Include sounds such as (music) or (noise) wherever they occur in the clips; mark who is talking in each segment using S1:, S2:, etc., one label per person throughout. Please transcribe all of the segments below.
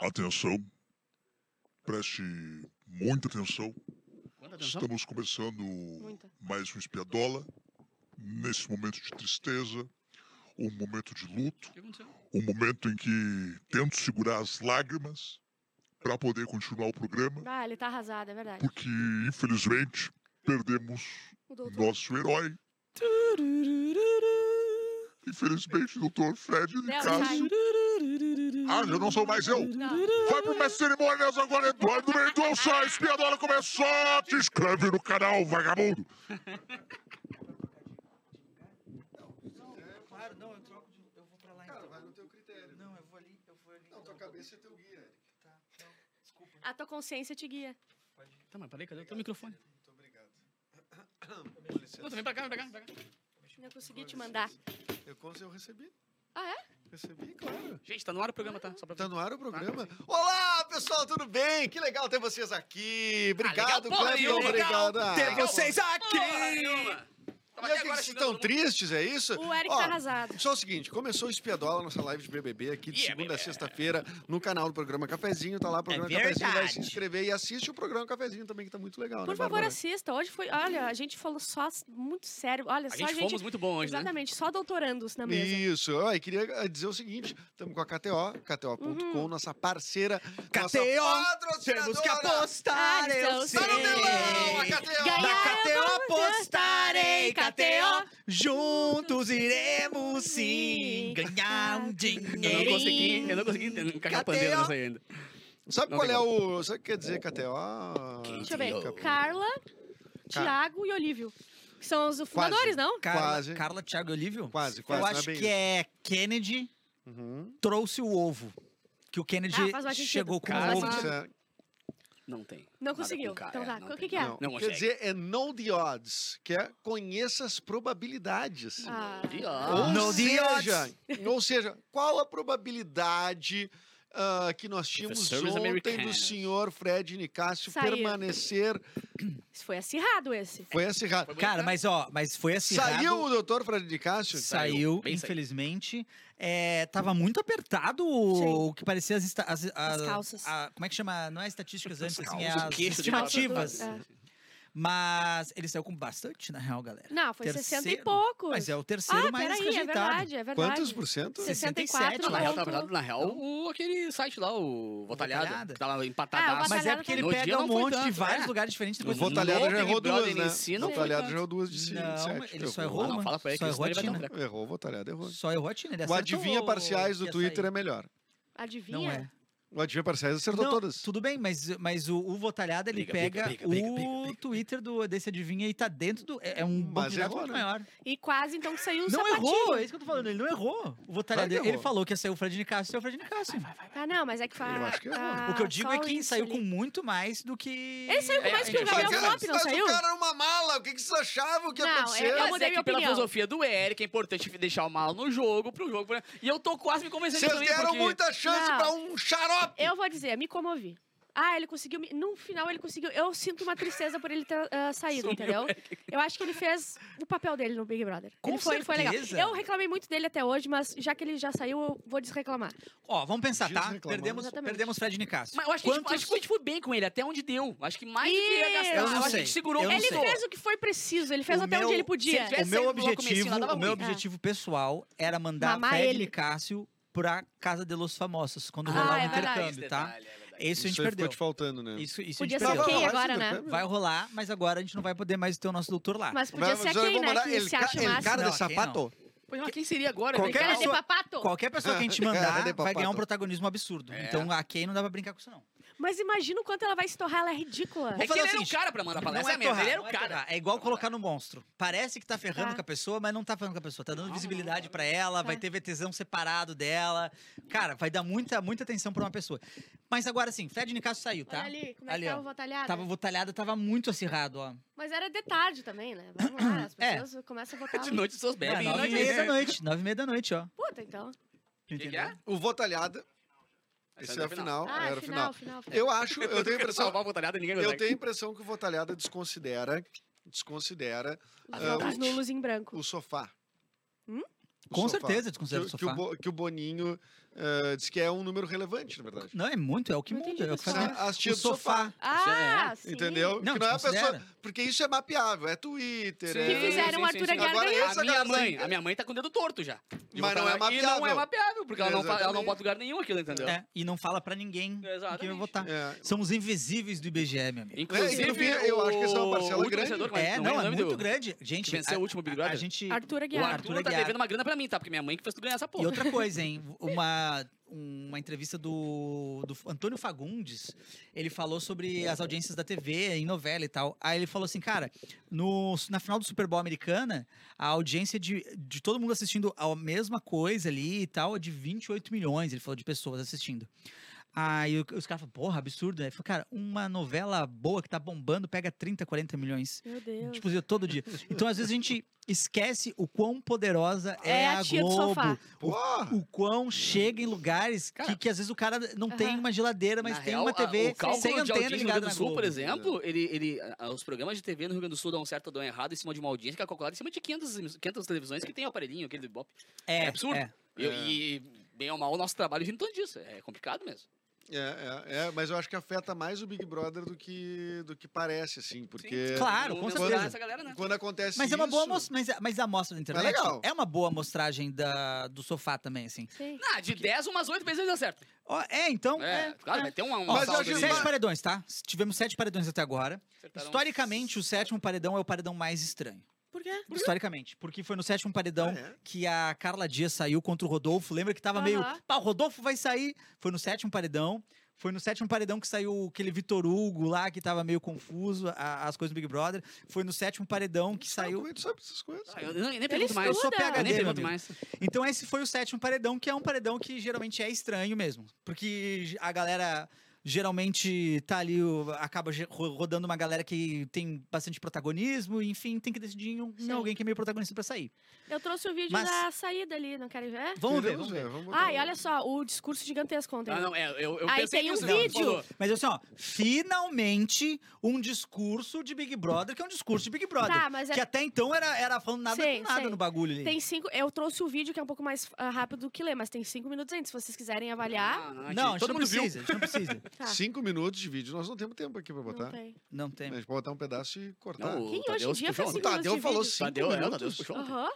S1: atenção. Preste muita atenção.
S2: Quanta atenção.
S1: Estamos começando
S3: Muita.
S1: mais um espiadola. Nesse momento de tristeza, um momento de luto,
S2: O que aconteceu?
S1: um momento em que tento segurar as lágrimas para poder continuar o programa,
S3: Ah, ele tá arrasado, é verdade.
S1: porque infelizmente perdemos
S3: O doutor.
S1: nosso herói. Infelizmente, Dr. Fred de
S3: Léo,
S1: Castro.
S3: sai.
S1: Ah, eu não sou mais eu.
S3: Não.
S1: Vai pro mestre cerimônias agora, Eduardo Mendonça. Espiadola começou. é Te inscreve no canal, vagabundo.
S4: Claro, não, eu troco de. Eu vou pra lá então. vai no teu critério. Não, eu vou ali, eu vou ali. Não, tua cabeça é teu guia, Eric. Tá, não, desculpa,
S3: A tua consciência te guia.
S4: pode ir.
S2: Tá, mas peraí, cadê o teu microfone?
S4: Muito obrigado. Com
S2: Não,
S4: licença.
S2: vem pra cá, vem pra cá, vem pra cá.
S3: Não consegui te mandar.
S4: Eu, cons- eu recebi.
S3: Ah, é?
S4: Recebi, claro.
S2: Gente, tá no ar o programa, tá? Só pra
S4: Tá no ar o programa. Olá, pessoal, tudo bem? Que legal ter vocês aqui. Obrigado,
S2: Ah, porra
S4: Cleber.
S2: nenhuma.
S4: Obrigado.
S5: ter
S4: Ah,
S5: vocês aqui!
S2: Porra nenhuma! Tava
S4: E
S2: até
S4: aí,
S2: agora
S4: vocês
S2: xingando
S4: estão
S2: todo mundo.
S4: tristes, é isso?
S3: O Eric
S4: Ó,
S3: tá arrasado.
S4: Só o seguinte, começou o Espiadola, nossa live de BBB aqui de
S2: Yeah,
S4: segunda a
S2: baby.
S4: sexta-feira no canal do Programa Cafezinho, tá lá o Programa Cafezinho, vai se inscrever e assiste o Programa Cafezinho também que tá muito legal,
S3: Por
S4: né,
S3: favor,
S4: Bárbara?
S3: assista. Hoje foi. Olha, a gente falou só s- muito sério. Olha,
S2: A
S3: só
S2: gente, fomos muito bom hoje, né?
S3: Exatamente, só doutorandos na mesa.
S4: Isso, ó, e queria eh, dizer o seguinte: estamos com a KTO, KTO.com, nossa parceira, nossa
S5: KTO, temos que
S4: patrocinadora.
S5: apostar,
S3: Ah,
S5: eu
S3: então
S5: sei.
S4: Tá no telão, a
S3: Ganhar
S5: Da KTO
S3: eu
S4: KTO!
S3: vou
S5: apostarei,
S3: apostar em
S5: KTO, juntos iremos sim ganhar um
S2: Eu não
S5: dinheirinho.
S2: consegui, eu não consegui encaixar a
S5: Cadê,
S2: pandeira
S5: ó?
S2: nessa aí ainda.
S4: Sabe
S2: Não
S4: qual
S2: tem
S4: é o. Sabe o Ah, que quer dizer KTO?
S3: Deixa eu ver.
S5: KTO.
S3: Carla, Tiago e Olívio. Que são os fundadores, não?
S5: Carla,
S4: Quase.
S5: Carla, Thiago e Olívio?
S4: Quase, quase,
S5: Eu
S4: não é
S5: acho
S4: bem
S5: que
S4: isso.
S5: é Kennedy
S4: Uhum.
S5: trouxe o ovo. Que o
S3: Ah,
S5: Kennedy
S3: faz mais sentido.
S5: chegou com
S2: Faz
S5: o ovo.
S2: mais sentido.
S4: Certo.
S2: Não tem.
S3: Não
S2: Nada
S3: conseguiu.
S2: com K,
S3: Então
S2: é,
S3: tá.
S2: não
S3: O
S2: tem.
S3: que, que é?
S4: Não,
S2: Não
S4: quer
S2: consegue.
S4: dizer, é know the odds, que é conheça as probabilidades.
S3: Ah,
S2: Ah,
S4: Ou
S5: Know the
S4: seja, (laughs) ou seja, qual a probabilidade ah, que nós tínhamos
S2: Professores
S4: ontem do
S2: americanos.
S4: senhor Fred Nicásio
S3: Sair.
S4: permanecer?
S3: isso foi acirrado esse.
S4: Foi acirrado.
S2: Foi bonito,
S5: Cara,
S2: né?
S5: mas ó, mas foi acirrado.
S4: Saiu o doutor Fred Nicásio?
S5: Saiu,
S2: Saiu, bem saiu.
S5: infelizmente. É, tava muito apertado o, o que parecia as, esta- as,
S3: As
S5: a-
S3: calças.
S5: a- como é que chama? Não é estatísticas antes, assim, é
S2: Os
S5: as
S2: queixos de
S5: estimativas.
S2: batata.
S5: Mas ele saiu com bastante, na real, galera.
S3: Não, foi
S5: Terceiro.
S3: 60 e poucos.
S5: Mas é o terceiro
S3: ah,
S5: mais
S3: peraí, é
S5: rejeitado.
S3: verdade, é verdade.
S4: Quantos por cento?
S5: 67,
S3: 64
S2: Na real, tá na
S3: ponto-
S2: verdade, na real, o, aquele site lá, o Votalhada,
S5: Votalhada.
S2: que tava
S3: Ah, o
S2: empatadaço.
S3: Votalhada
S5: Mas é porque ele
S2: No dia
S5: pega
S2: não
S5: um
S2: foi
S5: monte de
S2: tanto,
S5: vários
S2: é.
S5: lugares diferentes.
S2: No um
S4: O
S5: Depois
S2: Vou-
S4: Votalhado
S2: No
S4: já
S2: Big
S4: errou
S2: Brother
S4: duas,
S2: em
S4: né?
S2: si,
S4: o
S2: não
S4: Votalhado
S3: foi
S4: já errou duas de
S5: Não,
S4: 27.
S5: ele só
S4: pegou.
S5: errou
S2: não,
S5: uma.
S2: fala pra ele
S5: Só
S2: que
S5: errou
S2: senão ele
S5: a
S2: vai um dar um
S5: Tina.
S2: treco.
S4: Errou o Votalhado, errou.
S5: Só errou a Tina. ele
S4: O
S5: acertou
S4: adivinha
S5: o-
S4: parciais
S5: que
S4: do
S5: ia
S4: Twitter
S5: sair.
S4: é melhor.
S3: Adivinha?
S2: um
S5: Não é.
S4: O adivinha parciais acertou
S5: Não,
S4: todas.
S5: Tudo bem, mas, mas o, o Votalhada, ele
S2: Briga,
S5: pega
S2: briga, briga,
S5: o
S2: briga, briga, briga.
S5: Twitter do, desse adivinha e tá dentro do... É é um banco
S4: Mas
S5: de dados
S4: errou,
S5: muito
S4: né?
S5: maior.
S3: E quase então saiu o
S5: Não
S3: sapatinho.
S5: errou, é isso que eu tô falando. Ele não errou. O
S4: Claro
S5: Votalhada,
S4: que
S5: ele
S4: errou.
S5: falou que ia sair o Fred Nicasso, saiu o Fred Nicasso.
S3: Ah, não, mas é que faz.
S4: Eu acho que errou.
S5: O que
S3: Ah,
S5: eu digo é que saiu
S3: né?
S5: com muito mais do que...
S3: Ele saiu com
S2: É,
S3: mais que o
S2: gente,
S3: Gabriel
S2: mas-
S3: Flop, não
S4: mas
S3: saiu?
S4: o cara era uma mala. O que, que vocês achavam que ia
S3: Não,
S4: acontecer?
S3: é- Eu
S2: Mas
S3: mudei
S2: é
S3: minha
S2: que pela
S3: opinião.
S2: filosofia do Eric, é importante deixar o mal no jogo, pro jogo. pra- E eu tô quase me convencendo
S4: Vocês
S2: também,
S4: deram
S2: porque...
S4: muita chance
S3: Não.
S4: pra um xarope.
S3: Eu vou dizer, me comovi. Ah, ele conseguiu. me- No final, ele conseguiu. Eu sinto uma tristeza por ele ter ah, saído,
S2: Sumiu,
S3: entendeu? Eu acho que ele fez o papel dele no Big Brother.
S5: Com
S3: ele foi, foi legal.
S5: certeza.
S3: Eu reclamei muito dele até hoje, mas já que ele já saiu, eu vou desreclamar.
S5: Ó, vamos pensar,
S4: Dias
S5: tá?
S4: reclamando.
S5: Perdemos,
S3: Exatamente.
S5: perdemos Fred Nicasso.
S2: Mas eu acho que, a gente,
S5: Quantos-
S2: acho que a gente foi bem com ele, até onde deu. Acho que mais do que ia gastar.
S3: Eu
S2: Eu,
S3: não
S2: acho que a
S5: sei,
S2: gente segurou
S5: eu
S2: o
S5: não
S3: Ele
S5: sei.
S2: jogo.
S3: fez o que foi preciso, ele fez
S5: O
S3: até
S5: meu-
S3: onde ele podia.
S2: se ele
S5: o meu
S2: saído pelo comecinho,
S5: objetivo,
S2: lá dava
S5: o meu
S2: ruim.
S5: objetivo pessoal era mandar
S3: Ah. Mamar
S5: Fred
S3: ele.
S5: Nicásio pra Casa de los Famosos, quando
S3: Ah,
S5: rolar
S3: é
S5: o
S3: verdade.
S5: intercâmbio, tá? Isso a gente
S4: aí
S5: perdeu.
S4: ficou te faltando, né?
S5: Isso, isso
S3: Podia
S5: a
S3: ser
S5: gente perdeu.
S3: quem
S4: rolar
S3: agora,
S4: esse
S3: né?
S4: intercâmbio?
S5: Vai rolar, mas agora a gente não vai poder mais ter o nosso doutor lá.
S3: Mas podia
S4: Vai-
S3: ser
S4: vocês
S3: quem,
S4: vão
S3: né?
S4: mandar
S3: Que
S4: ele
S3: se
S4: ca-
S3: acha
S4: ele
S3: massa.
S4: cara
S5: Não,
S4: de
S5: aqui
S4: sapato?
S2: Pois, mas quem seria agora?
S5: Qualquer
S2: Tem
S3: Cara
S2: cara
S3: de
S5: pessoa-
S3: papato.
S5: Qualquer pessoa que
S4: (laughs)
S5: a gente
S4: Cara de
S5: mandar vai
S4: papato.
S5: ganhar um protagonismo absurdo.
S4: É.
S5: Então a Kay não dava pra brincar com isso, não.
S3: Mas imagina o quanto ela vai se torrar, ela é ridícula.
S2: É
S5: Vamos
S2: que
S5: fazer o
S2: ele era o
S5: seguinte,
S2: cara pra mandar pra lá. Essa é a merda,
S5: torrar,
S2: ele era o
S5: não é
S2: cara.
S5: torrar, é igual colocar no monstro. Parece que tá ferrando
S3: Tá.
S5: com a pessoa, mas não tá ferrando com a pessoa. Tá dando
S2: Não,
S5: visibilidade pra ela, vai
S3: Tá.
S5: ter VTzão separado dela. Cara, vai dar muita, muita atenção pra uma pessoa. Mas agora sim, Fred Nicasso saiu,
S3: Olha
S5: tá?
S3: ali, como é
S5: Ali,
S3: que
S5: ó.
S3: tava o votalhado.
S5: Tava votalhada, tava muito acirrado, ó.
S3: Mas era de tarde também, né? Vamos lá, as
S5: É.
S3: pessoas começam a votar.
S2: De noite, os seus
S5: Era
S2: bebem.
S5: nove e meia da noite, nove e meia da noite, ó.
S3: Puta, então.
S2: Que que é?
S4: O Votalhada.
S2: Essa
S4: Esse
S2: era
S4: é o
S2: o
S4: final.
S3: ah,
S4: Era o
S3: final,
S4: final.
S3: final, final.
S4: Eu acho, eu tenho a
S2: quero
S4: impressão,
S2: salvar o botalhada, ninguém
S4: eu
S2: consegue.
S4: tenho a impressão que o Votalhada desconsidera, desconsidera
S3: Os
S4: Ah,
S3: jogos
S4: o-
S3: nulos em branco.
S4: o sofá.
S3: Hum?
S4: O
S5: Com
S4: sofá.
S5: certeza, desconsidera o
S4: Que, que, o
S5: sofá.
S4: Bo- que o Boninho eh, diz que é um número relevante, na verdade.
S5: Não, é muito, é o que
S3: Não
S5: muda.
S3: entendi
S5: É o que
S3: isso,
S5: faz
S3: né?
S5: diferença.
S4: As tias
S5: o
S4: do sofá.
S5: sofá.
S3: Ah, sim.
S4: Entendeu?
S5: Não,
S4: que não é a
S5: tipo,
S4: pessoa.
S5: considera.
S4: Porque isso é mapeável, é Twitter.
S2: Sim.
S3: Que
S4: é...
S3: fizeram o
S2: Sim, sim,
S3: Arthur
S2: sim.
S3: Aguiar
S4: Agora
S3: ganhar.
S4: essa
S2: A minha
S4: galera-
S2: mãe, a minha mãe tá com o dedo torto já. De
S4: Mas não é
S2: votar- E não é
S4: mapeável.
S2: mapeável, porque ela não, fa- ela não
S4: Exatamente.
S2: bota lugar nenhum aquilo, entendeu?
S5: É, e não fala pra ninguém
S2: Exatamente.
S5: quem vai votar.
S4: É.
S5: São os invisíveis do IBGE, meu amigo.
S4: É, eu vi- eu acho que essa é uma
S2: o
S4: parcela
S2: último
S4: grande.
S2: vencedor, como
S5: É,
S2: que-
S5: não,
S2: lembro
S5: é
S2: o nome
S5: muito
S2: do-
S5: grande. Gente,
S2: que venceu
S5: a-
S2: o último Big
S5: a- A
S2: Brother?
S5: gente...
S3: Arthur
S2: O
S3: Aguiar.
S5: é Arthur
S2: Arthur tá
S5: Aguiar.
S2: devendo uma grana pra mim, tá? Porque minha mãe que fez tu ganhar essa
S5: E
S2: porra.
S5: outra coisa, hein? Uma, uma entrevista do, do Antônio Fagundes, ele falou sobre as audiências da TV em novela e tal. Aí ele falou assim, cara, no, na final do Super Bowl americana, a audiência de, de todo mundo assistindo a mesma coisa ali e tal é de 28 milhões, ele falou, de pessoas assistindo. Aí o- os caras falam, porra, absurdo. Aí ele falou, cara, uma novela boa que tá bombando pega 30, 40 milhões.
S3: Meu Deus.
S5: Tipo, todo dia. Então, às vezes, a gente esquece o quão poderosa é,
S3: É a tia do
S5: Globo
S3: sofá.
S4: Porra!
S5: o quão chega em lugares
S2: Cara,
S5: que, que às vezes o cara não tem
S3: aham.
S5: uma geladeira, mas
S2: Na
S5: tem
S2: real,
S5: uma
S2: a-
S5: TV
S2: o cálculo
S5: sem
S2: de
S5: antena
S2: audiência no Rio
S5: ligada
S2: Grande
S5: na
S2: do Sul,
S5: Globo.
S2: por exemplo, ele, ele, a- os programas de TV no Rio Grande do Sul dão um certo, dão errado em cima de uma audiência que é calculada em cima de 500, emiss- 500 televisões que tem o aparelhinho, aquele do Ibope.
S5: É,
S2: É absurdo.
S5: é.
S2: E, e, bem ou mal, o nosso trabalho gira em torno disso. É complicado mesmo.
S4: É, é, é, mas eu acho que afeta mais o Big Brother do que, do que parece, assim, porque.
S5: Claro,
S2: Vamos
S5: com
S2: mensurar
S5: certeza.
S2: Essa galera, né?
S4: Quando acontece
S5: Mas é uma boa
S4: isso-
S5: amostra, mas, a- mas a amostra da internet
S4: legal.
S5: é uma boa amostragem da, do sofá também, assim.
S3: Sim.
S2: Ah, de 10, umas 8 vezes dá certo.
S5: Ó, é, então.
S2: É,
S5: É,
S2: claro,
S5: é.
S2: vai ter uma, uma
S5: Ó,
S4: Mas eu
S2: saldo
S4: acho
S2: ali,
S5: sete
S4: uma-
S2: né?
S5: paredões, tá? Tivemos sete paredões até agora.
S2: Acertaram.
S5: Historicamente, o sétimo paredão é o paredão mais estranho.
S3: Por quê?
S5: Historicamente. Porque foi no sétimo paredão
S4: Ah, é?
S5: que a Carla Dias saiu contra o Rodolfo. Lembra que tava meio.
S3: Aham.
S5: Pá, o Rodolfo vai sair. Foi no sétimo paredão. Foi no sétimo paredão que saiu aquele Vitor Hugo lá, que tava meio confuso, a- as coisas do Big Brother. Foi no sétimo paredão que
S4: Ah,
S5: saiu.
S4: Como é que tu sabe essas coisas?
S2: Ah, eu nem- nem pergunto mais.
S5: Eu sou
S3: estudam.
S5: PhD,
S2: Eu nem
S5: meu
S2: pergunto
S5: amigo.
S2: mais. Ah,
S5: Então esse foi o sétimo paredão, que é um paredão que geralmente é estranho mesmo. Porque a galera geralmente tá ali, o- acaba ge- ro- rodando uma galera que tem bastante protagonismo, enfim, tem que decidir em um- em
S3: Sim.
S5: alguém que é meio protagonista pra sair.
S3: Eu trouxe o vídeo
S5: Mas-
S3: da saída ali, não querem ver?
S5: Vamos ver,
S4: Queremos
S5: vamos ver.
S4: vamos botar
S3: Ai,
S4: um-
S3: olha só, o discurso gigantesco ontem.
S2: Ah, não, é, eu, eu
S3: Aí
S2: pensei
S3: tem um
S2: nisso, né, tu
S3: vídeo.
S2: falou.
S5: Mas assim, ó, finalmente um discurso de Big Brother, que é um discurso de Big Brother.
S3: Tá, mas é-
S5: Que assim. até então era, era falando nada
S3: Sei,
S5: com nada
S3: sei.
S5: no bagulho ali.
S3: Tem cinco. Eu trouxe o vídeo que é um pouco mais ah, rápido do que ler, mas tem cinco minutos antes, se vocês quiserem avaliar.
S2: Ah, não,
S5: Não, a
S2: gente,
S5: gente
S2: todo
S5: não
S2: mundo viu.
S5: precisa, a gente não precisa.
S3: Tá.
S4: Cinco minutos de vídeo, nós não temos tempo aqui pra botar.
S3: Não tem.
S5: Não
S4: A
S5: tem.
S4: gente pode botar um pedaço e cortar.
S2: Não, o
S3: Quem hoje em
S2: Tadeu
S3: dia
S2: puxou
S3: faz
S4: o
S2: ontem.
S3: cinco
S4: Tadeu
S3: minutos de
S4: falou
S3: vídeo.
S4: cinco
S2: Tadeu, é, o Tadeu
S4: minutos.
S2: puxou ontem.
S3: Aham.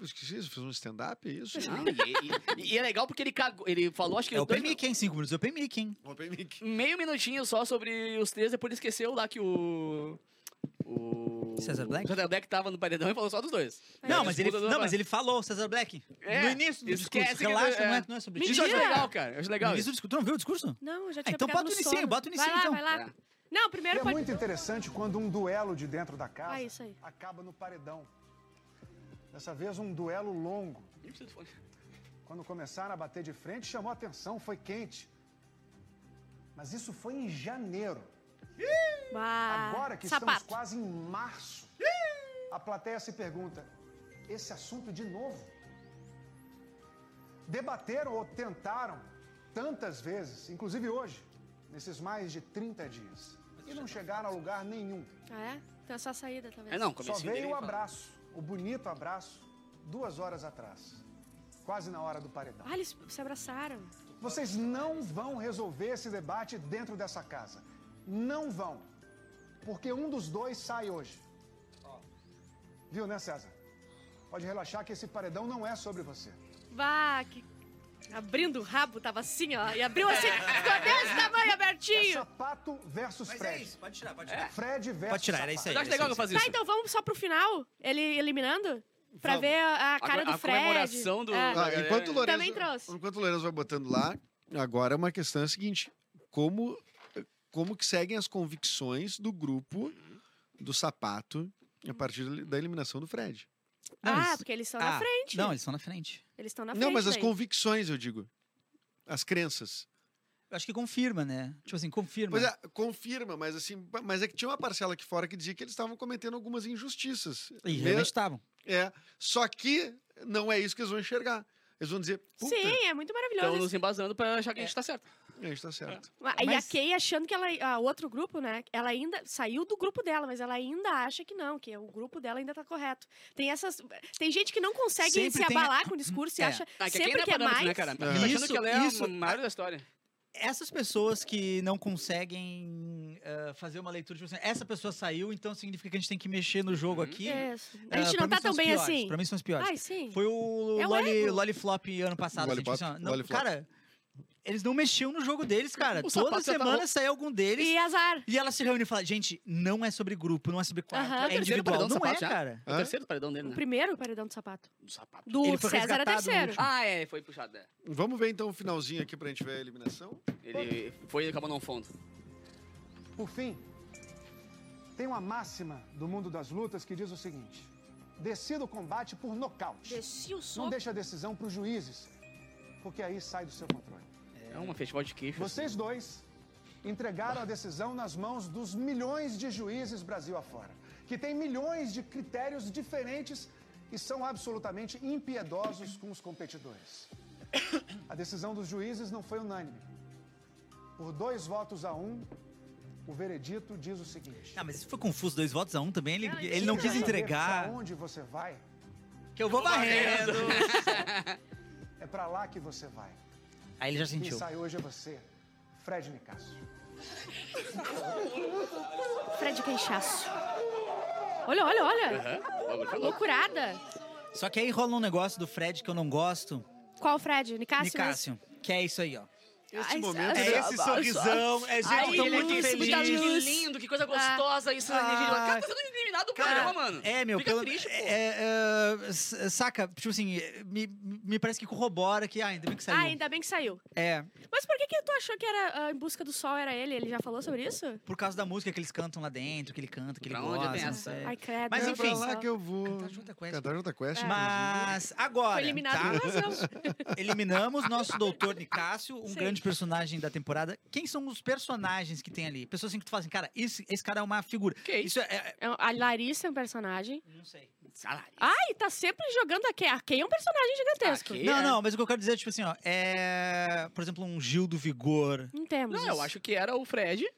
S4: Eu esqueci isso, fiz um stand-up, é isso?
S2: Não, e, e- e é legal porque ele cagou, ele falou, acho que
S5: É o
S2: dois
S5: Open Mic, hein? Cinco minutos é Open Mic, hein?
S4: Open mic.
S2: minu- meio minutinho só sobre os três, depois ele esqueceu lá que o. O.
S5: Cesar Black?
S2: Cesar Black tava no paredão e falou só dos dois.
S3: É.
S5: Não, mas ele,
S2: disputa do-
S5: não, mas ele falou, Cesar Black.
S2: É,
S5: no início do discurso.
S2: esquece que-
S5: Relaxa,
S2: é.
S5: não, é, não é sobre
S2: Isso eu
S5: isso.
S2: acho
S3: Mentira!
S2: legal, cara. Eu acho
S5: No
S2: legal.
S5: início
S2: isso.
S5: do discurso. Tu não viu o discurso?
S3: Não, eu já
S5: Ah,
S3: tinha
S5: então
S3: pegado
S5: bota
S3: no
S5: o inicinho,
S3: sono.
S5: bota o inicinho,
S3: Vai lá,
S5: então.
S3: vai lá. Não, primeiro
S6: É
S3: pode...
S6: muito interessante quando um duelo de dentro da casa
S3: Ah, isso aí.
S6: acaba no paredão. Dessa vez um duelo longo. Quando começaram a bater de frente, chamou atenção, foi quente. Mas isso foi em janeiro.
S3: Ah,
S6: Agora que
S3: sapato.
S6: estamos quase em março, a plateia se pergunta: esse assunto de novo? Debateram ou tentaram tantas vezes, inclusive hoje, nesses mais de 30 dias, e não chegaram a lugar nenhum.
S3: Ah, é? Então é só a saída, talvez.
S2: É, não,
S6: Só
S2: comecinho dele.
S6: veio o
S2: fala.
S6: abraço, o bonito abraço, duas horas atrás, quase na hora do paredão.
S3: Ah, eles se abraçaram.
S6: Vocês não vão resolver esse debate dentro dessa casa. Não vão. Porque um dos dois sai hoje. Viu, né, César? Pode relaxar que esse paredão não é sobre você.
S3: Vá, que... Abrindo o rabo, tava assim, ó. E
S2: (laughs)
S3: abriu assim, ficou desse tamanho
S6: É
S3: abertinho.
S6: sapato versus
S5: é
S6: Fred.
S5: pode tirar,
S2: É.
S5: pode tirar.
S6: Fred versus
S5: Pode tirar, era isso aí.
S2: Eu acho legal que eu faço isso.
S3: Tá, então vamos só pro final? Ele eliminando? Pra
S2: Vamos.
S3: ver a, a
S2: co-
S3: cara do
S2: a
S3: Fred.
S2: comemoração do-
S3: É.
S2: da-
S4: Ah, enquanto o Lourenço,
S3: Também trouxe.
S4: Enquanto o Lourenço vai botando lá, agora uma questão é a seguinte: como, como que seguem as convicções do grupo do sapato a partir da- da eliminação do Fred?
S5: Não,
S3: ah,
S5: eles-
S3: porque eles estão
S5: Ah,
S3: na frente.
S5: Não, eles estão na frente.
S3: Eles estão na frente.
S4: Não, mas as
S3: daí.
S4: convicções, eu digo. As crenças.
S5: Eu acho que confirma, né? Tipo assim, confirma.
S4: Pois é, confirma, mas assim, pa- mas é que tinha uma parcela aqui fora que dizia que eles estavam cometendo algumas injustiças.
S5: E
S4: Me-
S5: realmente estavam.
S4: É, só que não é isso que eles vão enxergar. Eles vão dizer, puta,
S3: Sim, é muito maravilhoso.
S2: Então,
S3: é.
S2: Estão nos embasando pra achar que a gente tá certo.
S4: A gente tá certo.
S3: Ma- Ah, E a
S5: Mas-
S3: Kay achando que ela. A outro grupo, né? Ela ainda. Saiu do grupo dela, mas ela ainda acha que não, que o grupo dela ainda tá correto. Tem essas. Tem gente que não consegue
S5: Sempre tem
S3: se
S5: a- (coughs)
S3: abalar com o discurso e
S5: É.
S3: acha
S2: Ah, que aqui
S3: sempre
S2: não é
S3: que é
S2: parâmetro,
S3: mais.
S2: né, cara? Tá
S4: É.
S2: achando
S5: Isso,
S2: que ela é
S5: isso.
S2: a maior da história.
S5: Essas pessoas que não conseguem ah, fazer uma leitura, tipo assim, essa pessoa saiu, então significa que a gente tem que mexer no jogo
S2: Uhum.
S5: aqui.
S3: Isso. É, A
S5: Ah,
S3: gente
S5: pra
S3: não
S5: mim
S3: tá
S5: são
S3: tão
S5: os
S3: bem
S5: piores,
S3: assim.
S5: Pra mim são os piores.
S3: Ai, sim.
S5: Foi o
S3: É o
S5: Loli,
S3: ego.
S5: Lollyflop ano passado. assim, tipo
S4: Lollipop,
S5: assim, ó, não,
S4: Lollipop.
S5: cara, eles não mexiam no jogo deles, cara. Toda
S2: O sapato já tá
S5: semana
S2: ro-
S5: saía algum deles.
S3: E azar.
S5: E ela se reúne e fala, gente, não é sobre grupo, não é sobre
S2: Ah,
S5: quatro,
S3: Aham. É o
S5: é
S3: terceiro
S5: individual.
S2: paredão do
S5: Não é,
S2: sapato já.
S5: cara.
S2: É O
S4: Hã?
S2: terceiro paredão dele,
S3: O
S2: né?
S3: primeiro paredão do sapato.
S2: Do sapato.
S3: Do
S5: Ele foi
S3: César é
S5: resgatado no
S3: terceiro.
S5: último.
S2: Ah, é, foi puxado. é.
S4: Vamos ver então o finalzinho aqui pra gente ver a eliminação.
S2: Ele foi e acabou não fundo.
S6: Por fim, tem uma máxima do mundo das lutas que diz o seguinte: decida o combate por nocaute.
S3: Desci o
S6: Não
S3: soco.
S6: deixa a decisão para os juízes, porque aí sai do seu controle.
S2: É uma festival de queijo.
S6: Vocês dois entregaram a decisão nas mãos dos milhões de juízes Brasil afora, que têm milhões de critérios diferentes e são absolutamente impiedosos com os competidores. A decisão dos juízes não foi unânime. Por dois votos a um, o veredito diz o seguinte.
S5: Ah, mas isso foi confuso, dois votos a um também. Ele,
S3: Não,
S5: ele não
S3: imagina.
S5: quis
S6: Saber
S5: entregar.
S6: Pra onde você vai,
S5: Que eu vou varrendo.
S6: é pra lá que você vai.
S5: (laughs) Aí ele já
S6: Quem
S5: sentiu.
S6: sai hoje é você, Fred Nicasso.
S3: Fred Queixaço. Olha, olha, olha.
S2: Aham. O bagulho
S5: É
S2: foi louco.
S3: Loucurada.
S5: Só que aí rola um negócio do Fred que eu não gosto,
S3: Qual Fred? Nicásio? né?
S5: Nicásio, que é isso aí, ó.
S4: Esse
S3: Ai,
S4: momento
S3: sa-
S4: é
S3: sa-
S5: é
S3: sa- Ai,
S5: eu tô
S3: ele é
S5: muito
S3: isso, muita
S5: feliz. Ah.
S3: luz.
S2: Que lindo, que coisa gostosa isso. né, gente? Cara, tá sendo eliminado do programa,
S3: Hum.
S2: mano.
S5: É, meu,
S2: Fica
S5: pelo-
S2: triste, pô.
S5: é, é, s- saca, tipo assim, me, me parece que corrobora que ah, ainda bem que saiu.
S3: Ah, ainda bem que saiu.
S5: É,
S3: Mas por que que tu achou que era ah, Em Busca do Sol era ele? Ele já falou sobre isso?
S5: por causa da música que eles cantam lá dentro, que ele canta, que ele
S2: Pra onde
S5: gosta.
S2: tem
S5: não
S2: essa?
S5: sei. Tá
S3: Ai, credo.
S5: Mas
S4: é
S5: enfim.
S4: pra lá que eu vou.
S5: Cantar Jota Quest.
S4: Cantar Jota Quest,
S5: Mas agora,
S3: Foi eliminado
S5: tá?
S3: por razão.
S5: Eliminamos nosso
S3: (laughs)
S5: doutor Nicásio, um
S3: Sim.
S5: grande personagem da temporada. Quem são os personagens que tem ali? Pessoas assim que tu fala assim, cara, esse, esse cara é uma figura.
S2: Que isso?
S5: Isso é- é.
S3: É, A Larissa é um personagem.
S5: Não sei.
S2: Salário.
S3: Ai, tá sempre jogando a Kay. A Kay é um personagem gigantesco.
S2: A Kay-
S5: Não,
S2: É.
S5: não, mas o que eu quero dizer é, tipo assim, ó, é. Por exemplo, um Gil do Vigor.
S3: Não temos.
S2: Não,
S3: isso.
S2: eu acho que era o Fred.
S4: é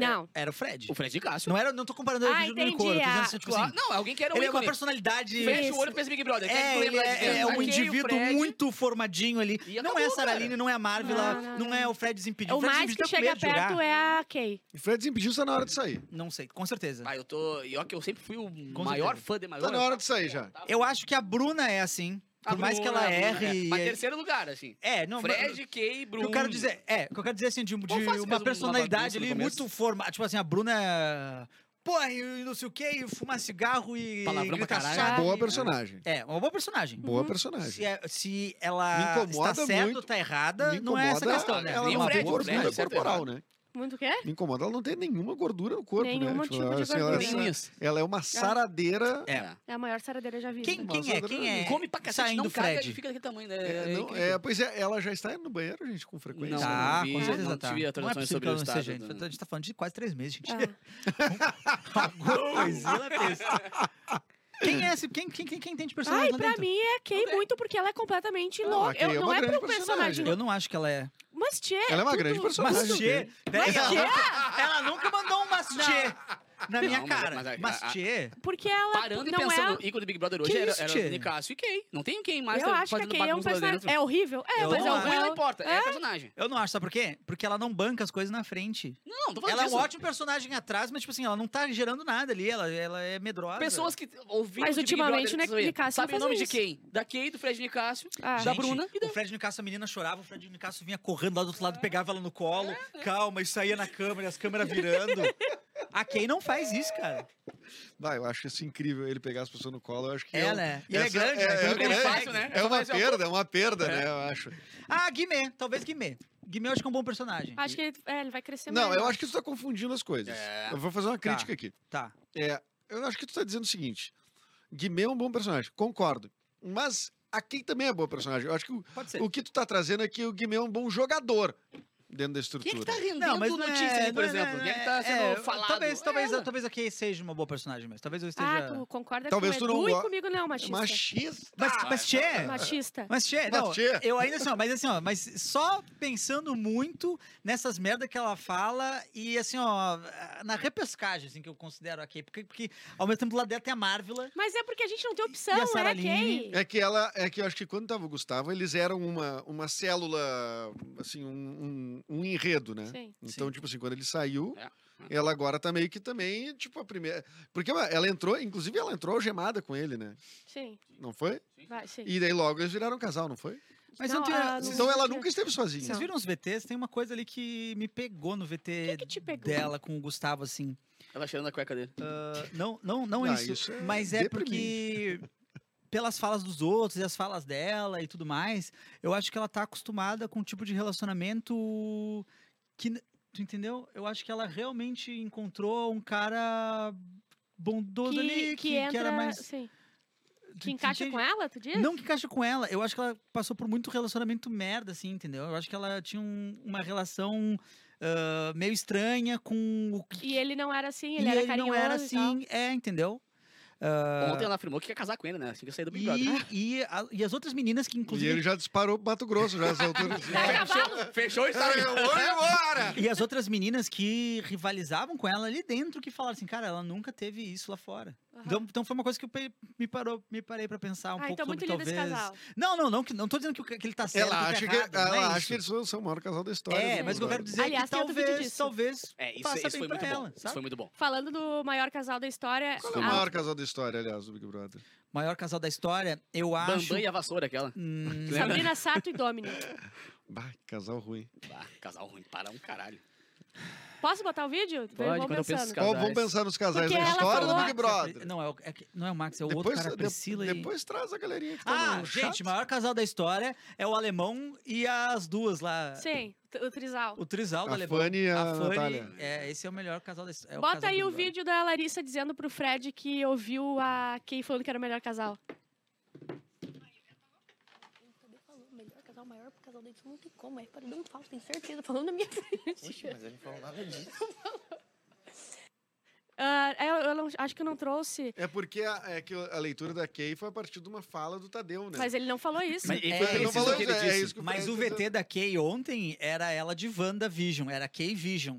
S3: Não.
S5: Era o Fred.
S2: O Fred de Cássio.
S5: Não era, não tô comparando ele
S3: Ah,
S5: com o Gil do
S3: entendi,
S5: Vigor. eu tô dizendo
S3: ah,
S5: assim, tipo
S2: Claro,
S5: assim,
S2: Não, alguém que era um
S5: ele é uma
S2: ícone.
S5: personalidade.
S2: Fecha
S3: Isso.
S2: o olho e pensa Big Brother. Quer
S5: É, ele
S2: lembrar de
S5: é, é
S2: quem?
S5: um
S2: Aquele, o
S5: indivíduo
S2: Fred.
S5: muito formadinho ali.
S2: E
S5: Não
S2: acabou,
S5: é a Sarah
S2: cara.
S5: Lina, não é a Marvel,
S3: Não,
S5: ela- não
S3: não, não.
S5: é o Fred Desimpedido.
S3: O mais que chega perto é a Kay.
S4: E Fred desimpediu, tá na hora de sair.
S5: Ah, Não sei, com certeza.
S2: Ah, eu tô. E ó, que eu sempre fui o
S5: Com certeza.
S2: maior
S5: Então,
S2: fã de maior.
S4: Tá na hora de sair já.
S5: Eu acho que a Bruna é assim. Por mais que ela erre.
S2: Mas
S5: e-
S2: terceiro lugar, assim.
S5: É, não, mas-
S2: é. Fred, Kay,
S5: o que
S2: Bruno.
S5: eu quero dizer, é, o que eu quero dizer assim, de, de
S2: Ou faz um mesmo
S5: uma
S2: uma
S5: personalidade
S2: bagunça no
S5: ali
S2: começo.
S5: muito formada. Tipo assim, a Bruna é. Porra, e não sei o quê, e fumar cigarro e.
S2: Palavrão pra
S5: gritar
S2: caralho.
S5: chave.
S4: Boa personagem.
S5: É, uma boa personagem.
S4: Boa
S5: Tá. Se,
S4: personagem.
S5: é- se ela
S4: Me incomoda
S5: está certa ou
S4: muito.
S5: tá errada,
S4: Me
S5: não é essa
S4: incomoda
S5: questão, né?
S4: Ela
S2: Nem
S4: é
S2: o
S4: uma
S2: Fred,
S4: boa
S2: o Fred,
S4: gordura
S2: certo ou
S4: corporal,
S2: errado.
S4: né?
S3: Muito o quê?
S4: Me incomoda, ela não tem nenhuma gordura no corpo,
S3: Nenhum
S4: né?
S3: tipo de
S4: ela,
S3: gordura.
S2: Tem
S4: ela,
S2: isso.
S4: ela é uma saradeira.
S5: É.
S2: É.
S3: É a maior saradeira já vista.
S5: Quem,
S4: Mas
S5: quem é?
S4: outra-
S5: Quem é?
S2: Come pra cacete,
S5: Saindo
S2: não caga
S5: Fred.
S2: e fica daquele tamanho, né?
S4: É, não-
S2: incrível.
S4: é, pois é, ela já está indo no banheiro, gente, com frequência.
S2: Não,
S4: né?
S5: Tá,
S2: vi,
S5: com
S2: não
S5: certeza tá.
S2: tive atualizações
S5: possível que
S2: sobre o né?
S5: ela não seja,
S2: estágio
S5: gente.
S2: do-
S5: A gente tá falando de quase três meses, gente.
S3: Ah.
S5: Alguma coisinha ela fez. Quem é esse? Quem, quem, quem, quem tem de personagem
S3: Ai,
S5: lá
S3: pra
S5: dentro?
S3: mim é a Kay muito porque ela é completamente
S4: Não, a
S3: louca.
S4: Kay
S3: Eu-
S4: é
S3: não
S4: uma
S3: é pra
S4: grande
S3: um personagem.
S4: personagem.
S5: Eu não acho que ela é.
S3: Mas Tchê.
S4: Ela é uma
S3: tudo-
S4: grande
S2: um
S4: personagem.
S5: Mas tchê, daí ela, nunca, ela nunca mandou um mas tchê na minha
S2: Não, mas-
S5: cara.
S2: mas a-
S5: Mas
S2: a- a-
S5: tchê.
S3: Porque ela
S2: Parando e
S3: não
S2: pensando,
S3: é...
S2: o ícone do Big Brother hoje
S5: Que
S2: era,
S5: isso,
S2: era
S5: tchê?
S2: Nicásio e Kay. Não tem quem mais
S3: Eu
S2: tá
S3: acho que a
S2: fazendo
S3: Kay é um
S2: bagunça lá
S3: personagem...
S2: dentro.
S3: É horrível? É,
S5: Eu
S3: mas é
S5: não
S2: Não,
S5: acho.
S2: ruim não
S3: horrível.
S2: importa, é personagem.
S5: Eu não acho, sabe por quê? Porque ela não banca as coisas na frente.
S2: Não, não tô falando
S5: Ela é um
S2: disso.
S5: ótimo personagem atrás, mas, tipo assim, ela não tá gerando nada ali. Ela, ela é medrosa.
S2: Pessoas que ouviram
S3: Mas
S2: de Big
S3: ultimamente
S2: Brother,
S3: o Nick-
S2: sabe?
S3: Nicásio
S2: sabe o
S3: faz
S2: nome de
S3: isso.
S2: quem? Da Kay, do Fred Nicásio,
S3: Ah.
S2: da
S5: Gente,
S2: Bruna É. e da...
S5: O Fred Nicasso, a menina chorava, o Fred Nicasso vinha correndo lá do outro lado, pegava ela no colo,
S2: É.
S5: calma, e saía na câmera, e as câmeras
S2: (laughs)
S5: virando. A Kay não faz isso, cara.
S4: Vai, eu acho isso incrível, ele pegar as pessoas no colo. Eu acho que
S5: É,
S4: é, um-
S5: né? E ele é
S4: essa-
S5: grande,
S4: é,
S5: né?
S4: é,
S5: Tudo que ele
S4: é-
S5: faz,
S2: né?
S4: é
S2: Só
S4: uma
S2: faz alguma-
S4: perda, é uma perda, né? Eu acho.
S5: Ah, Guimê, talvez Guimê. Guimê eu acho que é um bom personagem.
S3: Acho que ele, é, ele vai crescer
S4: Não,
S3: mais.
S4: eu acho que tu tá confundindo as coisas.
S2: É.
S4: Eu vou fazer uma crítica aqui.
S5: Tá.
S4: É, eu acho que tu tá dizendo o seguinte: Guimê é um bom personagem, concordo. Mas a Kay também é boa personagem. Eu acho que o,
S5: Pode ser.
S4: o que tu tá trazendo é que o Guimê é um bom jogador. dentro da
S2: Quem é que
S4: estrutura.
S2: tá rendendo notícia ali, por
S5: não é-
S2: exemplo? Quem é que tá sendo
S5: é,
S2: falado?
S5: Talvez,
S2: É
S5: talvez,
S2: ela.
S5: talvez aqui seja uma boa personagem mesmo. Talvez eu
S3: Ah,
S5: esteja.
S3: tu concorda
S4: Talvez
S3: com
S4: tu
S3: o Edu
S4: não
S3: e
S4: go-
S3: comigo não, machista.
S4: É Machista!
S5: Mas,
S3: tá,
S5: mas Tchê,
S3: então Machista.
S5: mas Tchê, não,
S4: Mas, Tchê.
S5: eu ainda assim, ó, mas assim, ó, mas só pensando muito nessas merda que ela fala e assim, ó, na repescagem, assim, que eu considero aqui, porque, porque ao mesmo tempo lá dentro tem a Marvel,
S3: Mas é porque a gente não tem opção,
S5: E a
S3: é,
S5: Sarah
S3: Kay?
S4: É que ela, é que eu acho que quando tava o Gustavo, eles eram uma, uma célula, assim, um, um, um enredo, né?
S3: Sim.
S4: Então,
S5: Sim.
S4: tipo assim, quando ele saiu,
S2: É.
S4: ela agora tá meio que também, tipo, a primeira. Porque ela- ela entrou, inclusive ela entrou algemada com ele, né?
S3: Sim,
S4: Não foi?
S3: vai, sim.
S4: E daí logo eles viraram um casal, não foi?
S5: mas
S3: Não,
S5: eu tenho,
S3: a-
S5: vocês,
S4: Então ela
S3: não.
S4: nunca esteve sozinha.
S5: vocês viram os VTs? Tem uma coisa ali que me pegou no VT
S3: O Tá. que te pegou?
S5: dela com o Gustavo, assim.
S2: Ela cheirando a cueca dele.
S5: Não, não, não é
S4: Ah,
S5: isso.
S4: isso é
S5: mas é porque pelas falas dos outros e as falas dela e tudo mais, eu acho que ela tá acostumada com um tipo de relacionamento que n- tu entendeu? Eu acho que ela realmente encontrou um cara bondoso
S3: que,
S5: ali
S3: que
S5: que,
S3: entra,
S5: que era mais
S3: sim.
S5: tu- tu
S3: Que encaixa com
S5: entende?
S3: ela, é tu diz?
S5: Não que encaixa com ela. Eu acho que ela passou por muito relacionamento merda, assim, entendeu? Eu acho que ela tinha um- uma relação ah, meio estranha com o que
S3: E ele não era assim, ele
S5: e
S3: era
S5: ele
S3: carinhoso
S5: não era
S3: e tal.
S5: assim, é, entendeu?
S2: Ontem ela afirmou que ia casar com ele, né? Assim que eu saí do Big Brother. (laughs)
S5: E, e, a- e as outras meninas que,
S4: E ele
S5: inclusive. É,
S4: já disparou pro Mato Grosso, já essa altura. assim.
S3: Tá,
S2: Fechou, fechou o Instagram.
S4: Eu vou embora!
S5: E as outras meninas que rivalizavam com ela ali dentro, que falaram assim, cara, ela nunca teve isso lá fora.
S3: Aham.
S5: Então, então foi uma coisa que eu pe- me, parou, me parei pra pensar um
S3: ah,
S5: pouco
S3: então
S5: sobre
S3: muito lindo
S5: talvez.
S3: esse casal.
S5: Não, não, não, que- não tô dizendo que, o- que ele tá certo.
S4: Ela
S5: ou
S4: acha que,
S5: errado, não
S4: ela
S5: é
S4: acha
S5: isso.
S4: que eles são- são o maior casal da história.
S5: É,
S4: né,
S5: mas o que eu
S4: agora.
S5: quero dizer é
S3: Aliás,
S5: que
S3: tem outro vídeo
S5: talvez,
S3: disso.
S5: talvez
S2: É, isso,
S5: Passa
S2: isso
S5: bem
S2: foi
S5: pra
S2: muito
S5: ela,
S2: bom. Isso
S5: sabe?
S2: foi muito bom.
S3: Falando do maior casal da história,
S5: Ah.
S4: Qual é o
S3: a-
S4: maior casal da história, aliás, do Big Brother?
S5: maior casal da história, eu acho...
S2: Bambam e é a vassoura, aquela.
S5: Hum,
S2: Lembra?
S3: Sabrina Sato e Domini.
S4: Bah, que casal ruim.
S2: Ah, casal ruim, para um caralho.
S3: Posso botar o vídeo?
S2: Pode,
S3: Vamos
S2: quando eu penso
S3: pensando.
S2: nos
S4: Qual-
S2: Casais.
S4: vamos pensar nos casais
S3: Porque
S4: da
S3: ela
S4: história do
S3: falou-
S4: Big Brother.
S5: não, é, o- é que- não é o Max, é o outro
S4: Depois,
S5: cara, a
S4: de-
S5: Priscila e...
S4: depois traz a galerinha que tá
S5: Ah,
S4: no
S5: gente,
S4: chat.
S5: o maior casal da história é o alemão e as duas lá.
S3: Sim, t- o Trisal.
S5: O trisal do
S4: A
S5: alemão.
S4: Fanny e a,
S5: Fanny,
S4: Natália.
S5: É, esse é o melhor casal da história.
S3: Bota aí o vídeo da Larissa dizendo pro Fred que ouviu a Kay falando que era o melhor casal.
S7: Eu acabei falando, melhor casal, maior casal deles, não tem como, é paredão falso, tenho certeza, falando na minha (laughs) frente.
S3: Ah, eu, eu não- acho que eu não trouxe,
S4: É porque a, é que a leitura da Kay foi a partir de uma fala do Tadeu, né?
S3: mas ele não falou isso.
S2: Mas ele
S5: É,
S2: foi
S5: ele não
S2: preciso
S5: falou
S2: o que ele
S4: isso, é
S2: disse.
S4: isso que-
S5: Mas
S4: Mas
S5: o
S4: eu-
S5: VT da Kay ontem era ela de WandaVision, era Kay Vision.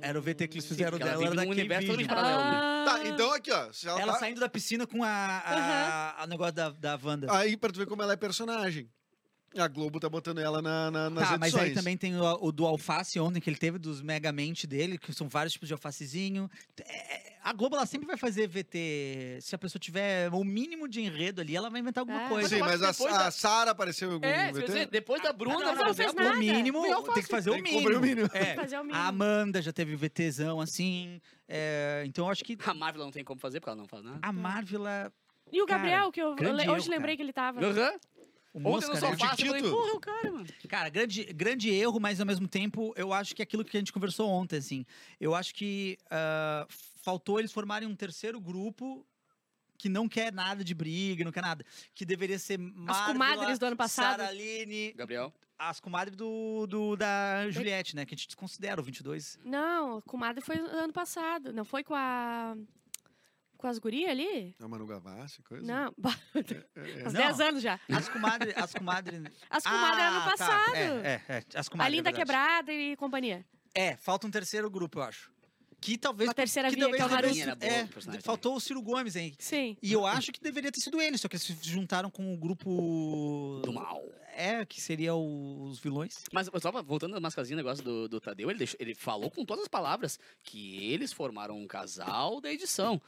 S5: Era o VT que
S4: Hum,
S5: eles fizeram
S2: porque ela
S5: dela, era
S2: vive
S5: da
S2: num
S5: Kay
S2: universo
S5: Vision.
S2: totalmente paralelo, né?
S3: Ah,
S4: Tá, então aqui, ó. se ela
S5: Ela
S4: tá-
S5: saindo da piscina com a, a, a negócio da, da Wanda.
S4: Aí, pra tu ver como ela é personagem. A Globo tá botando ela na, na, nas
S5: Tá,
S4: edições.
S5: mas aí também tem o, o do alface ontem que ele teve, dos Megamente dele, que são vários tipos de alfacezinho. É, é, A Globo, ela sempre vai fazer VT. Se a pessoa tiver o mínimo de enredo ali, ela vai inventar alguma
S3: É.
S5: coisa.
S4: Sim,
S2: eu acho
S4: mas
S2: que
S4: a,
S2: depois
S4: a
S2: da-
S4: Sara apareceu em algum
S2: É, quer
S4: VT?
S2: dizer, depois da Bruna,
S3: Mas ela não fez
S2: novela,
S3: nada.
S5: O mínimo,
S2: Foi alface.
S5: tem que fazer
S4: Tem
S5: o
S4: que
S5: mínimo.
S4: cobrar o mínimo.
S5: É.
S3: Ah, fazer o
S5: A
S3: mínimo.
S5: Amanda já teve VTzão assim. é, então eu acho que
S2: a Marvel não tem como fazer, porque ela não faz nada.
S5: a Marvel. ela-
S3: E o
S5: Cara,
S3: Gabriel, que eu
S5: grande
S3: le- hoje
S5: erro,
S3: lembrei que ele tava.
S2: Aham.
S5: O
S2: Ontem
S5: Mosca,
S2: no
S5: né?
S2: sofá, eu falei,
S4: Tiquitito.
S2: porra, o cara, mano.
S5: Cara, grande, grande erro, mas ao mesmo tempo, eu acho que é aquilo que a gente conversou ontem, assim. Eu acho que ah, faltou eles formarem um terceiro grupo que não quer nada de briga, não quer nada. Que deveria ser Marvel,
S3: comadres do ano passado.
S5: Sara Aline,
S2: Gabriel.
S5: as comadres do, do- da Juliette, né? Que a gente desconsidera o 22.
S3: Não, com Madre foi ano passado. Não foi com a. Com as gurias ali?
S4: É o Manu Gavassi, coisa?
S3: Não, (laughs) bah,
S4: É, é.
S3: uns
S5: Não.
S3: 10 anos já.
S5: As comadres... As comadres...
S3: As comadres
S5: Ah,
S3: é ano
S5: tá.
S3: passado.
S5: É, é, é, as
S3: a
S5: comadres, é
S3: Linda
S5: verdade.
S3: Quebrada e companhia.
S5: É, falta um terceiro grupo, eu acho. Que talvez.
S3: Uma terceira
S5: que
S3: via, que é o
S5: talvez
S2: Naruto.
S5: devesse-
S2: Era
S5: é,
S2: bom personagem.
S5: faltou o Ciro Gomes aí.
S3: Sim.
S5: E eu acho que deveria ter sido ele, só que eles se juntaram com o grupo.
S2: Do mal.
S5: É, que seria o- os vilões.
S2: Mas só pra- voltando nas casinhas, negócio do, do Tadeu, ele, deixou- ele falou com todas as palavras que eles formaram um casal da edição.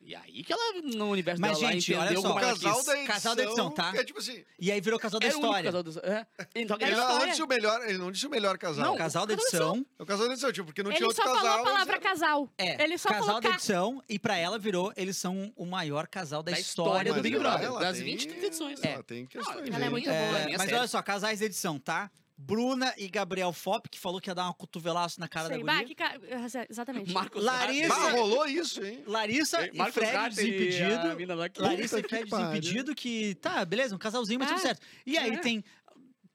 S2: E aí que ela, no universo
S5: Mas,
S2: dela,
S5: gente,
S2: lá,
S5: olha
S2: entendeu
S5: só,
S2: como
S4: O
S2: ela
S4: casal
S2: quis.
S4: da edição.
S5: Casal da edição, tá?
S4: É tipo assim.
S5: E aí virou casal da
S2: Era o único
S5: história.
S2: casal da é. Então,
S4: Ele
S2: era-
S4: não,
S3: história.
S4: disse o melhor, ele não disse o melhor casal.
S5: Não, casal da edição.
S4: É o casal da edição, tipo, porque não
S3: ele
S4: tinha
S3: só
S4: outro casal.
S3: falou a
S4: eles
S3: palavra
S4: eram-
S3: casal.
S5: É,
S3: Ele só
S5: casal
S3: falou
S5: da
S3: K.
S5: edição, e pra ela virou, eles são o maior casal da,
S2: Da
S5: história
S3: é
S2: história
S5: do
S4: Mas
S5: Big
S2: ela-
S5: Brother.
S2: das 20 edições.
S5: né?
S4: Ela tem questões.
S3: ela é
S4: aí.
S3: muito
S5: É,
S2: boa, minha
S5: mas
S2: série.
S5: olha só, casais da edição, tá? Bruna e Gabriel Fop, que falou que ia dar uma cotovelaço na cara
S3: Sei,
S5: da
S3: bah,
S5: guria.
S3: que ca-
S5: (laughs)
S3: Exatamente.
S2: Marcos
S5: Larissa-
S4: Bah,
S2: Garcia-
S4: rolou isso, hein?
S5: Larissa
S2: Ei,
S5: e Fred
S2: Garcia a
S5: desimpedido.
S2: mina lá que-
S5: Larissa e
S4: Puta que
S5: Fred
S4: pariu.
S5: desimpedido que, tá, beleza, um casalzinho, mas
S3: Ah,
S5: tudo certo. E aí
S3: é.
S5: tem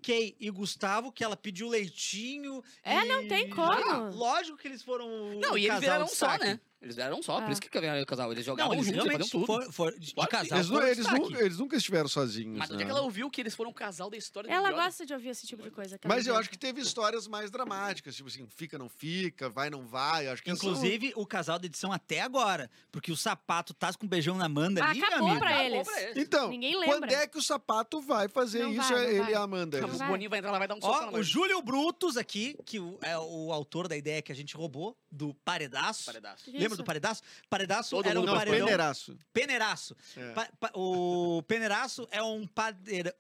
S5: Kay e Gustavo, que ela pediu leitinho.
S3: É,
S5: e-
S3: não tem como.
S5: Ah, lógico que eles foram. o
S2: Não, e eles
S5: casal
S2: vieram
S5: de
S2: só,
S5: destaque.
S2: né? Eles vieram só, por
S3: É.
S2: isso que ganharam o casal. Eles jogavam
S5: Não, eles
S2: juntos, eles faziam
S5: realmente foram,
S2: tudo.
S5: foram de
S2: Claro que
S5: casal.
S4: Eles, nu-
S5: foram
S4: eles nu-
S5: destaque.
S4: eles nunca estiveram sozinhos.
S2: Mas onde
S4: né?
S2: é que ela ouviu que eles foram o casal da história do
S3: Ela
S2: Big Brother?
S3: gosta de ouvir esse tipo de coisa. que ela
S4: Mas eu
S5: né?
S3: inventa.
S4: acho que teve histórias mais dramáticas, tipo assim, fica, não fica, vai, não vai. eu Acho que essa-
S5: Inclusive, o casal da edição até agora. Porque o sapato tá com um beijão na Amanda ali,
S3: Acabou
S5: meu amigo.
S3: pra
S2: Acabou
S3: eles.
S2: pra eles.
S4: Então,
S3: Ninguém
S4: quando
S3: lembra.
S4: é que o sapato vai fazer
S3: Não
S4: isso?
S3: vai, não
S4: ele
S3: vai.
S4: e a Amanda.
S3: Não
S4: Eles-
S3: vai.
S2: O Boninho vai entrar lá, vai dar um soco na
S5: Então, Ó, o
S2: mão.
S5: Júlio Brutus aqui, que o- é o autor da ideia que a gente roubou, do Paredaço.
S2: Paredaço.
S3: Que
S5: Lembra
S3: isso?
S5: do Paredaço? Paredaço
S2: Todo
S5: era um
S2: mundo
S4: Não,
S5: paredão...
S4: peneiraço.
S5: Peneiraço.
S4: É.
S5: Pa- pa- o Peneiraço é um padeira...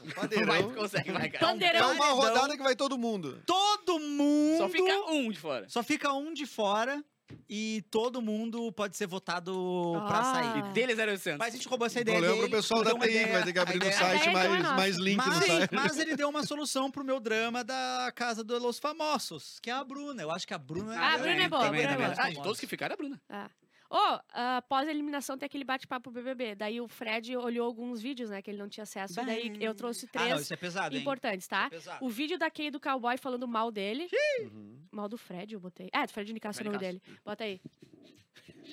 S4: Um
S2: Vai, tu
S4: padeirão.
S2: consegue, vai, cara.
S4: É
S3: Pandeirão.
S4: uma
S5: Um Paredão.
S4: rodada que vai todo mundo.
S5: Todo mundo...
S2: Só fica um de fora.
S5: Só fica um de fora e todo mundo pode ser votado pra
S3: Ah.
S5: sair.
S2: E deles era o Santos.
S5: Mas a gente roubou essa ideia
S4: Problema
S5: dele.
S4: pro pessoal da
S5: deu uma
S4: TI, que vai
S5: ideia-
S4: ter que abrir
S5: a
S4: no
S5: ideia-
S4: site
S3: ideia não é
S4: mais,
S3: nossa.
S4: mais link no
S5: Mas,
S4: site.
S5: mas ele deu uma solução pro meu drama da casa dos Los Famosos, que é a Bruna. Eu acho que a Bruna...
S3: Ah, a Bruna é boa,
S5: também,
S3: a Bruna é
S5: né,
S3: boa.
S5: dos
S2: Ah, de todos que ficaram, é a Bruna.
S3: Ah. Ô, ah, após a eliminação tem aquele bate-papo BBB. Daí o Fred olhou alguns vídeos, né, que ele não tinha acesso. E daí eu trouxe
S5: Ah, não,
S3: três
S5: isso é pesado, hein? é
S3: importantes, tá?
S5: Pesado.
S3: O vídeo da Kay do cowboy falando mal dele.
S4: Uhum.
S3: Mal do Fred, eu botei. É, do Fred Nicasso é o nome
S2: Nicasso.
S3: dele. Bota aí.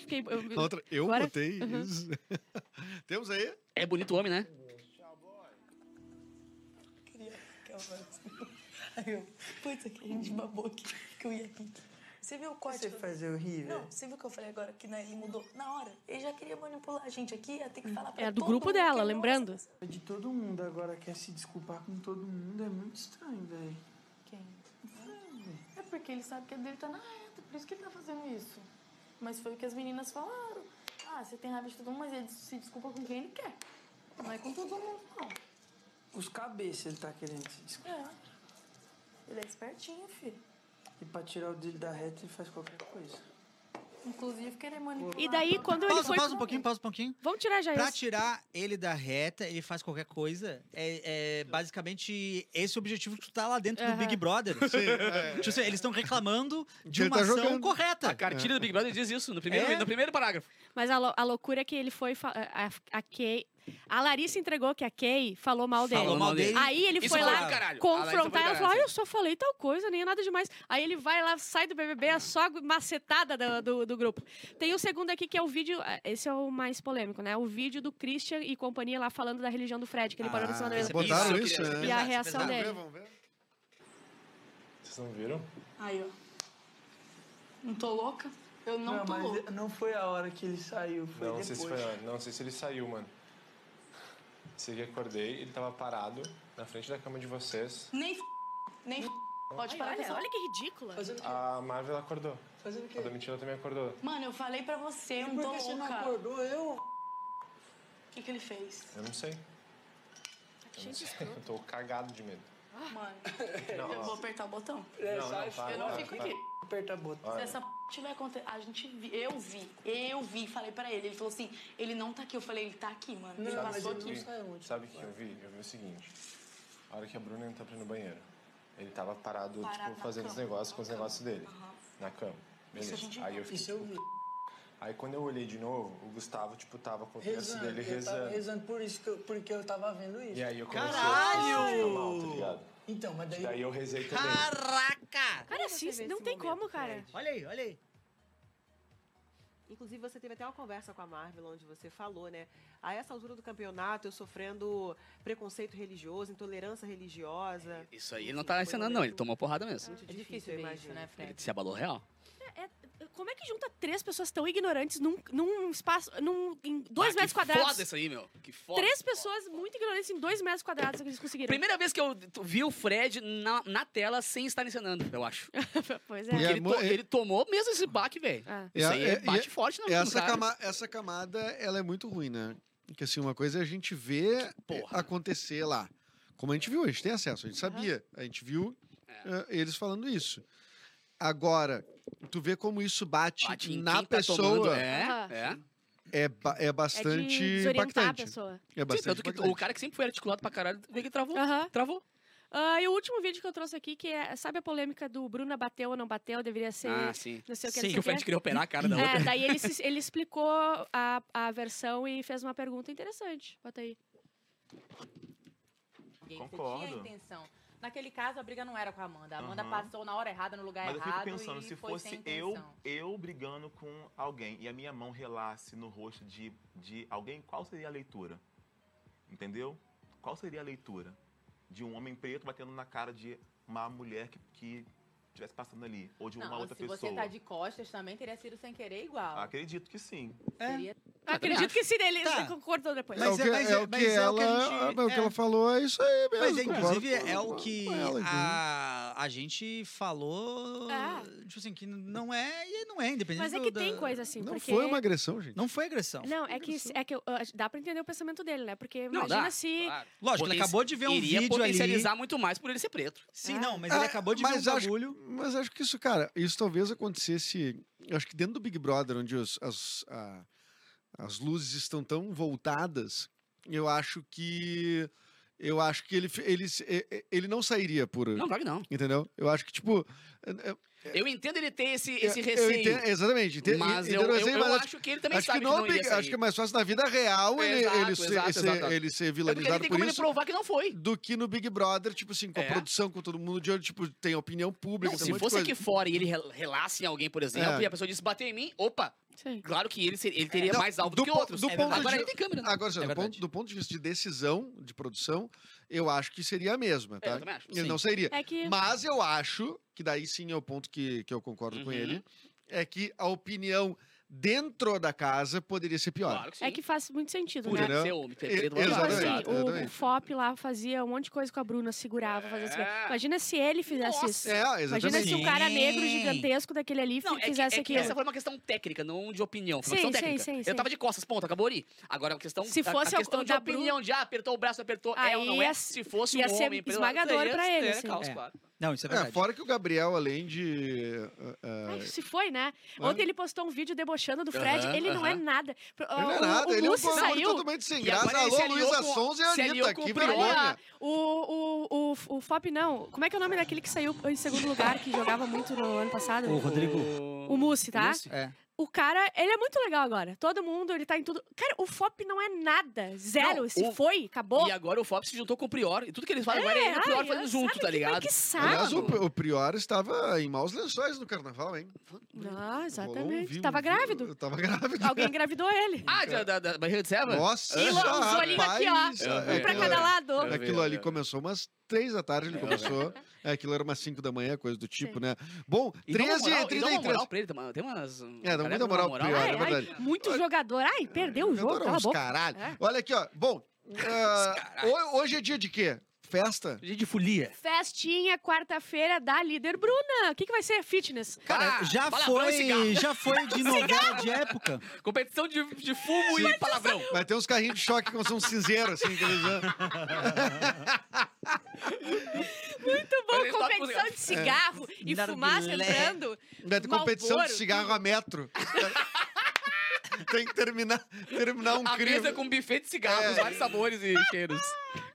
S3: Fiquei- eu-
S4: (laughs) Outra- eu
S3: Agora-
S4: botei isso. (laughs) Temos aí?
S2: É bonito o homem, né?
S8: queria que ela fosse. Aí eu, puta, que a gente babou aqui, que eu ia aqui. Você viu o corte?
S9: Você
S8: que eu-
S9: faz é horrível.
S8: Não, você viu o que eu falei agora? Que né, ele mudou na hora. Ele já queria manipular a gente aqui, ia ter que falar pra
S3: É do
S8: todo
S3: grupo
S8: mundo
S3: dela,
S8: que ele-
S3: lembrando.
S9: De todo mundo agora quer se desculpar com todo mundo é muito estranho, velho.
S8: Quem? É porque ele sabe que a dele tá na reta, por isso que ele tá fazendo isso. Mas foi o que as meninas falaram. Ah, você tem raiva de todo mundo, mas ele se desculpa com quem ele quer. Não é com todo mundo, não.
S9: Os cabeças ele tá querendo se desculpar.
S8: É. Ele é espertinho, filho.
S9: E pra tirar o dele da reta ele faz qualquer coisa.
S8: Inclusive, querer manipular.
S3: E daí, quando ele
S5: Pausa,
S3: foi...
S5: pausa um pouquinho, pausa um pouquinho.
S3: Vamos tirar já
S5: Pra
S3: É isso.
S5: tirar ele da reta, ele faz qualquer coisa. É, é basicamente esse o objetivo que tu tá lá dentro do
S3: Aham.
S5: Big Brother. Tipo assim, eles estão reclamando de
S4: é. Ele
S5: uma
S4: tá
S5: ação
S4: jogando.
S5: correta.
S2: A cartilha do Big Brother diz isso no primeiro,
S5: É?
S2: no primeiro parágrafo.
S3: Mas a, lo- a loucura é que ele foi... fa- A, a, a Kay... A Larissa entregou que a Kay falou mal dele.
S5: Falou mal dele.
S3: Aí ele
S2: Isso
S3: foi
S2: foi
S3: lá
S2: do caralho. A Larissa foi
S3: confrontar
S2: do
S3: ela e falou,
S2: caralho,
S3: "Ah, eu só falei tal coisa, nem é nada demais. Aí ele vai lá, sai do BBB, é só macetada do, do, do grupo. Tem o segundo aqui, que é o vídeo... ah, Esse é o mais polêmico, né? O vídeo do Christian e companhia lá falando da religião do Fred, que ele parou na
S2: Ah,
S3: cima da
S5: esse
S3: mesa.
S5: é
S4: Botaram
S5: pesado.
S4: isso,
S5: Isso eu queria-
S4: né?
S3: E a
S5: Pesado,
S3: reação
S2: é
S5: pesado.
S4: Vamos ver,
S3: dele.
S4: vamos ver.
S10: Vocês não viram?
S8: Aí, ó. Não tô louca? Eu não, tô louca.
S9: mas não foi a hora que ele saiu, foi
S10: Não, não sei
S9: depois.
S10: se foi. Não sei se ele saiu, mano. Sei que acordei, ele tava parado na frente da cama de vocês.
S9: é-
S8: Nem f... Nem f... Pode parar com
S3: Olha,
S8: essa-
S3: olha que ridícula.
S9: Fazendo o quê?
S10: A Marvel acordou.
S9: Fazendo o quê?
S10: A da mentira também acordou.
S8: Mano, eu falei pra você, eu
S9: Por
S8: não tô
S9: que você não
S8: louca.
S9: acordou? Eu.
S8: O que que ele fez?
S10: Eu não sei. Eu não sei. Eu tô cagado de medo.
S8: Mano,
S10: Não,
S8: eu
S10: ó.
S8: vou apertar o botão.
S10: Não, não, para,
S8: eu não
S10: para,
S8: fico
S10: para.
S8: aqui.
S9: Aperta a bota.
S8: Se essa p... tiver acontecendo... A gente... vi- Eu vi. Eu vi. Falei pra ele. Ele falou assim, ele não tá aqui. Eu falei, ele tá aqui, mano. ele
S9: Não, mas
S8: passou
S9: ele
S8: aqui.
S9: não saiu onde.
S10: Sabe o que eu vi? Eu vi o seguinte. A hora que a Bruna entrou pra ir no banheiro, ele tava parado,
S8: Parado
S10: tipo,
S8: na
S10: fazendo
S8: cama.
S10: os negócios com os
S8: Na cama.
S10: negócios dele.
S8: Aham.
S10: Na cama. Beleza.
S8: a gente-
S10: Aí eu fiquei,
S9: Isso eu
S10: tipo,
S9: vi.
S10: Aí quando eu olhei de novo, o Gustavo, tipo, tava com o texto
S9: Rezando.
S10: dele
S9: eu tava
S10: rezando.
S9: rezando por isso que eu, porque eu tava vendo isso.
S10: E aí eu comecei a
S5: Caralho!
S10: ficar mal, tá ligado?
S9: Então, mas daí.
S10: Daí eu rezei também.
S5: Caraca!
S3: Cara, assim, não tem como, cara.
S5: Olha aí, olha aí.
S11: Inclusive, você teve até uma conversa com a Marvel, onde você falou, né? A essa altura do campeonato, eu sofrendo preconceito religioso, intolerância religiosa.
S5: é.
S2: Isso aí ele não tá encenando, não. Ele tomou porrada mesmo.
S11: É difícil, eu imagino.
S12: né,
S2: Ele se abalou real.
S3: Como é que junta três pessoas tão ignorantes num, num espaço. Num, em
S2: Ah,
S3: dois metros
S2: que
S3: quadrados?
S2: Foda isso aí, meu. Que foda.
S3: Três pessoas muito ignorantes em dois metros quadrados que eles conseguiram.
S2: Primeira vez que eu t- vi o Fred na, na tela sem estar encenando, eu acho.
S3: (laughs) pois
S2: Porque
S3: é.
S4: E a
S2: ele, to-
S4: mo- é-
S2: ele tomou mesmo esse baque, velho.
S3: Ah.
S2: Isso
S4: É,
S2: aí
S4: é,
S2: é, bate
S4: e-
S2: forte na
S4: Essa,
S2: cara.
S4: cama- essa camada, ela é muito ruim, né? Porque assim, uma coisa é a gente ver eh,
S2: porra.
S4: acontecer lá. Como a gente viu, a gente tem acesso, a gente sabia. A gente viu eh, eles falando isso. Agora, tu vê como isso bate,
S2: Bate em
S4: na
S2: quem tá
S4: pessoa.
S2: tomando.
S3: Aham.
S2: É, é.
S4: é, ba- é
S3: É
S4: bastante
S3: de desorientar a
S4: impactante.
S3: pessoa.
S4: É
S2: Sim,
S4: bastante
S2: tanto que
S4: impactante.
S2: o cara que sempre foi articulado pra caralho, vê que travou.
S3: Aham.
S2: Travou.
S3: Ah, e o último vídeo que eu trouxe aqui, que é. Sabe a polêmica do Bruna bateu ou não bateu? Deveria ser.
S2: Ah, sim.
S3: Não sei o que,
S2: Sim,
S3: não sei
S2: que
S3: o
S2: o Fred
S3: que.
S2: queria operar a cara da outra.
S3: É, daí ele, se- ele explicou a, a versão e fez uma pergunta interessante. Bota aí.
S10: Concordo.
S8: intenção
S12: Naquele caso, a briga não era com a Amanda. A Amanda
S13: Aham.
S12: passou na hora errada, no lugar
S13: Mas eu
S12: errado.
S13: fico pensando,
S12: e
S13: se
S12: foi sem
S13: fosse eu,
S12: intenção.
S13: eu brigando com alguém e a minha mão relasse no rosto de, de alguém, qual seria a leitura? Entendeu? Qual seria a leitura? De um homem preto batendo na cara de uma mulher que, que estivesse passando ali, ou de uma
S12: não,
S13: outra
S12: se
S13: pessoa. Ah,
S12: você tá de costas também, teria sido sem querer igual.
S13: Acredito que sim.
S5: É.
S12: Seria-
S2: Ah, tá.
S3: Acredito que se ele
S12: Tá.
S3: concordou depois.
S4: é o que, é, o que ela, é o que ela falou, é isso aí mesmo.
S5: Mas, é,
S4: concordo
S5: inclusive,
S4: com-
S5: é o
S4: com
S5: que
S4: ela,
S5: a, a gente falou, tipo assim, que não é, e não é, independente
S3: Mas é
S5: do-
S3: que
S5: da-
S3: tem coisa assim,
S4: Não
S3: porque...
S4: foi uma agressão, gente.
S5: Não foi agressão.
S3: Não, é que, é que eu- ah, dá pra entender o pensamento dele, né? Porque
S2: Não,
S3: imagina
S2: dá,
S3: se...
S5: Lógico, ele acabou de ver um
S2: iria
S5: vídeo ali-
S2: potencializar muito mais por ele ser preto.
S5: Sim, não, mas ele acabou de ver um
S4: acho,
S5: bagulho.
S4: Ah, Mas acho que isso, cara, isso talvez acontecesse. eu Acho que dentro do Big Brother, onde os- as, a- as luzes estão tão voltadas, eu acho que. Eu acho que ele, fi- ele, se- e- e- ele não sairia por.
S2: Não, claro que não.
S4: Entendeu? Eu acho que, tipo. é- é-
S2: Eu entendo ele ter esse, esse
S4: eu
S2: receio.
S4: entendo- exatamente. ente-
S2: Mas
S4: entendo
S2: eu,
S4: o
S2: eu,
S4: receio,
S2: eu
S4: Assim, mas
S2: acho que ele também
S4: acho
S2: sabe
S4: que
S2: que
S4: não,
S2: não,
S4: obriga-
S2: iria sair.
S4: Acho que é mais fácil na vida real ele,
S2: Exato,
S4: ele, ser,
S2: exato,
S4: ser-
S2: exato.
S4: ele ser
S2: É porque ele
S4: vilanizado
S2: tem
S4: por
S2: como ele
S4: isso.
S2: provar que não foi.
S4: Do que no Big Brother, tipo assim, com a
S2: É.
S4: produção, com todo mundo de olho, tipo, tem opinião pública.
S2: Não,
S4: tem um
S2: se
S4: monte de
S2: fosse
S4: coisa.
S2: aqui fora e ele rel- relasse em alguém, por exemplo,
S4: É.
S2: e a pessoa disse, bateu em mim, opa, claro que ele, seria- ele teria
S4: Não,
S2: mais alvo do, que
S4: po-
S2: outros. é
S4: Do ponto
S2: Agora
S4: de,
S2: ele tem câmera. né?
S4: Agora, sim, do, ponto, do ponto de vista de decisão, de produção, eu acho que seria a mesma, tá?
S2: eu também acho,
S4: Ele
S2: sim.
S4: não seria.
S2: É que-
S4: Mas eu acho, que daí sim é o ponto que, que eu concordo com
S2: Uhum.
S4: ele, é que a opinião dentro da casa poderia ser pior.
S3: É que faz muito sentido,
S4: Por
S3: né?
S4: Entendeu? ser homem, ter preto, E- laranja.
S3: Tipo
S4: exatamente,
S3: assim, o,
S4: exatamente.
S3: o Fop lá fazia um monte de coisa com a Bruna, segurava, fazia assim. Imagina se ele fizesse isso.
S2: É,
S3: Imagina
S2: exatamente.
S3: se um cara
S2: Sim.
S3: negro gigantesco daquele ali
S2: Não, é que,
S3: fizesse
S2: é que
S3: aquilo.
S2: essa foi uma questão técnica, não de opinião. Foi uma
S3: Sim,
S2: questão
S3: sim,
S2: técnica.
S3: sim,
S2: Eu
S3: sim.
S2: tava de costas, ponto, acabou ali. Agora, a questão,
S3: Se
S2: a-
S3: fosse
S2: a,
S3: a-
S2: questão
S3: o
S2: de
S3: da Bru-
S2: opinião, de ah, apertou o braço, apertou, é ou não
S3: Aí
S2: é.
S3: ia-
S2: Se fosse
S3: ia
S2: um
S3: ser
S2: homem... pelo-
S3: esmagador
S2: teria-
S3: pra ele,
S2: teria
S3: sim.
S2: caos,
S3: É.
S2: claro.
S5: Não, isso
S4: é verdade. fora que o Gabriel, além de... ah, ah,
S3: Ai, Se foi, né?
S4: Hã?
S3: Ontem ele postou um vídeo debochando do Fred.
S4: Aham,
S3: ele não é
S4: aham.
S3: nada. Pro-
S4: Ele não é
S3: o-
S4: nada,
S3: o
S4: ele é um
S3: Lúcio
S4: pobre
S3: saiu-
S4: totalmente sem E graça. agora ele Alô, se aliou Luísa com- Sonza e se aliou Anitta, com o que Prior. vergonha.
S3: Olha, O, o, o, o Fop não. Como é que é o nome daquele que saiu em segundo lugar, que jogava muito no ano passado?
S5: O Rodrigo.
S3: O Mussi, tá?
S5: É.
S3: O cara, ele é muito legal agora. Todo mundo, ele tá em tudo. Cara, o Fop não é nada. Zero.
S2: Não,
S3: Se
S2: o-
S3: foi, acabou.
S2: E agora o Fop se juntou com o Prior. E tudo que eles falam agora é ele e o
S3: ai,
S2: Prior fazendo
S3: eu-
S2: junto, tá
S3: sabe que- mas
S2: ligado?
S3: que saco.
S4: Aliás, o, o Prior estava em maus lençóis no carnaval, hein?
S3: Ah,
S4: Rolou um
S3: exatamente.
S4: vídeo,
S3: tava
S4: um vídeo.
S3: grávido.
S4: (laughs) Eu tava grávido.
S3: Alguém engravidou ele.
S2: Ah,
S5: Então-
S2: da, da, da barriga de serva?
S4: Nossa,
S3: E
S4: senhora,
S3: os olhinhos aqui, ó.
S4: rapaz,
S3: Um pra
S4: aquilo-
S3: cada lado. Eu vi,
S4: Aquilo
S3: eu
S4: ali
S3: vi.
S4: começou umas três da tarde, ele
S2: É.
S4: começou. É, Aquilo era umas 5 da manhã, coisa do tipo, né? Bom,
S2: E dá uma
S4: 13
S2: moral, e dá
S4: e
S2: uma
S4: 33.
S2: moral pra ele, tem uma- tem umas...
S4: É, dá muita moral pro Prior, é
S5: né,
S3: Ai,
S4: verdade.
S3: ai, muito jogador. Ai, perdeu o jogo. Cala a
S4: Os
S3: boca.
S4: caralho.
S3: É.
S4: Olha aqui, ó.
S3: (laughs)
S4: Bom, ah, ho- hoje é dia de quê? Festa?
S5: Dia de folia.
S3: Festinha, quarta-feira da líder Bruna. O que, que vai ser? Fitness.
S5: Cara, já foi, já foi de novela de época.
S2: Competição de, de fumo e palavrão.
S4: Vai ter uns carrinhos de choque com são cinzeiro, assim, que eles...
S3: Muito bom,
S2: Olha, só
S3: competição
S4: É.
S2: com-
S3: de cigarro e
S4: Narguilé.
S3: fumaça entrando.
S4: Vai ter competição é de
S3: Marlboro.
S4: cigarro
S2: (laughs)
S4: a metro. Tem que terminar, terminar um
S2: A
S4: crime.
S2: mesa com buffet de cigarros,
S4: É.
S2: vários sabores e cheiros.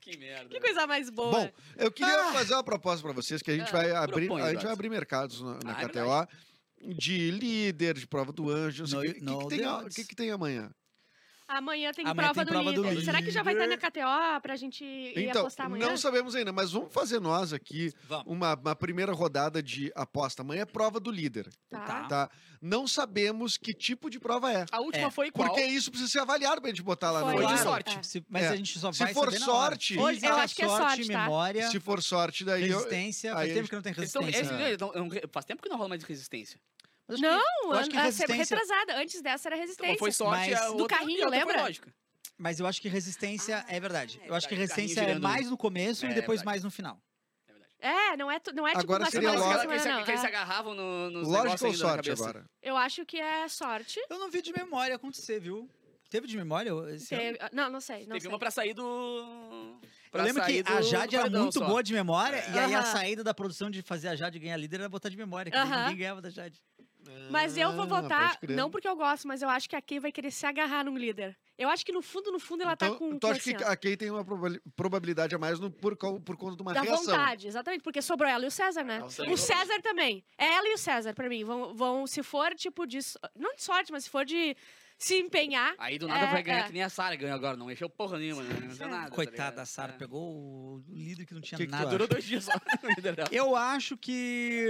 S2: que merda.
S3: Que coisa mais boa.
S4: Bom, eu queria fazer uma proposta pra vocês que a gente
S3: Ah,
S4: vai abrir,
S2: Ah. propõe,
S4: a gente
S2: Eduardo.
S4: vai abrir mercados na, na
S2: Ah, é
S4: KTO de líder, de prova do anjo, não sei o que,
S5: no
S4: que, que, tem, a-
S5: odds.
S4: que que tem amanhã?
S3: Amanhã tem
S4: Amanhã
S3: prova,
S4: tem prova
S3: do,
S4: do
S3: líder. Será que já vai estar na
S4: líder.
S3: KTO pra gente ir
S4: então,
S3: apostar amanhã?
S4: não sabemos ainda, mas vamos fazer nós aqui uma, uma primeira rodada de aposta. Amanhã é prova do líder.
S3: Tá.
S4: Não sabemos que tipo de prova é.
S2: A última É. foi qual?
S4: Porque isso precisa ser avaliado pra gente botar lá
S2: Foi.
S4: no
S2: Foi de
S4: olho.
S2: sorte. É.
S5: Se- mas a gente só vai
S4: Se for
S5: saber na hora.
S4: sorte.
S5: Hoje- eu acho que é Sorte, sorte, tá? memória.
S4: Se for sorte, daí. eu-
S5: Resistência, faz
S4: aí a
S5: tempo
S4: gente-
S5: que não tem
S2: Eles tão-
S5: resistência.
S2: eles- não, eles não- não- faz tempo que não rola mais resistência.
S3: Não,
S5: eu acho que
S3: a, a semana
S5: resistência-
S3: retrasada. Antes dessa era resistência.
S2: Então, foi sorte, a
S3: Do
S2: outra- e a
S3: carrinho,
S2: outra foi
S3: lembra?
S2: lógica.
S5: Mas eu acho que resistência é verdade. Eu acho que
S2: verdade,
S5: resistência
S2: carrinho
S5: é
S2: girando.
S5: mais no começo
S2: É
S5: e depois
S2: verdade.
S5: mais no final.
S3: É, não é, tu- não é tipo
S5: Agora
S3: uma
S5: seria
S3: semana,
S5: lógico.
S3: semana,
S2: Que eles, se-
S3: não,
S2: que eles se
S3: é.
S2: agarravam no, nos
S5: Lógico
S2: negócios
S5: ou
S2: ainda na
S5: sorte
S2: cabeça.
S5: agora?
S3: Eu acho que é sorte.
S5: Eu não vi de memória acontecer, viu? Teve de memória? eu- esse ano?
S3: Teve- ah, Não, não sei. Não
S2: Teve
S3: sei.
S2: uma pra sair do...
S5: Eu
S2: pra
S5: lembro
S2: sair
S5: que
S2: do-
S5: a
S2: do
S5: Jade era
S2: paredão
S5: muito
S2: só. É.
S5: boa de memória, e aí a
S3: Aham.
S5: saída da produção de fazer a Jade ganhar líder era botar de memória, que
S3: Aham.
S5: ninguém ganhava da Jade.
S3: Mas eu vou
S5: Ah, pode
S3: votar,
S5: crer.
S3: não porque eu gosto, mas eu acho que a Kay vai querer se agarrar num líder. Eu acho que no fundo, no fundo, ela tá
S4: Então,
S3: com.
S4: tu
S3: com
S4: acha que
S3: assim, ó,
S4: a Kay tem uma probali- probabilidade a mais no- por, cau- por conta de uma
S3: da
S4: reação?
S3: vontade, exatamente, porque sobrou ela e o César, né?
S4: Nossa,
S3: o
S4: eu-
S3: César também. É ela e o César, pra mim. Vão, vão, se for, tipo, de. so- Não de sorte, mas se for de. se empenhar.
S2: Aí do nada
S3: É,
S2: vai ganhar
S3: é.
S2: que nem a Sara ganhou agora, não encheu porra nenhuma, não encheu nada. tá
S5: Coitada da
S2: ligado?
S5: Sara, pegou o líder que não tinha
S2: Que que tu
S5: nada.
S2: acha? Durou dois dias só, no líder dela.
S5: Eu acho que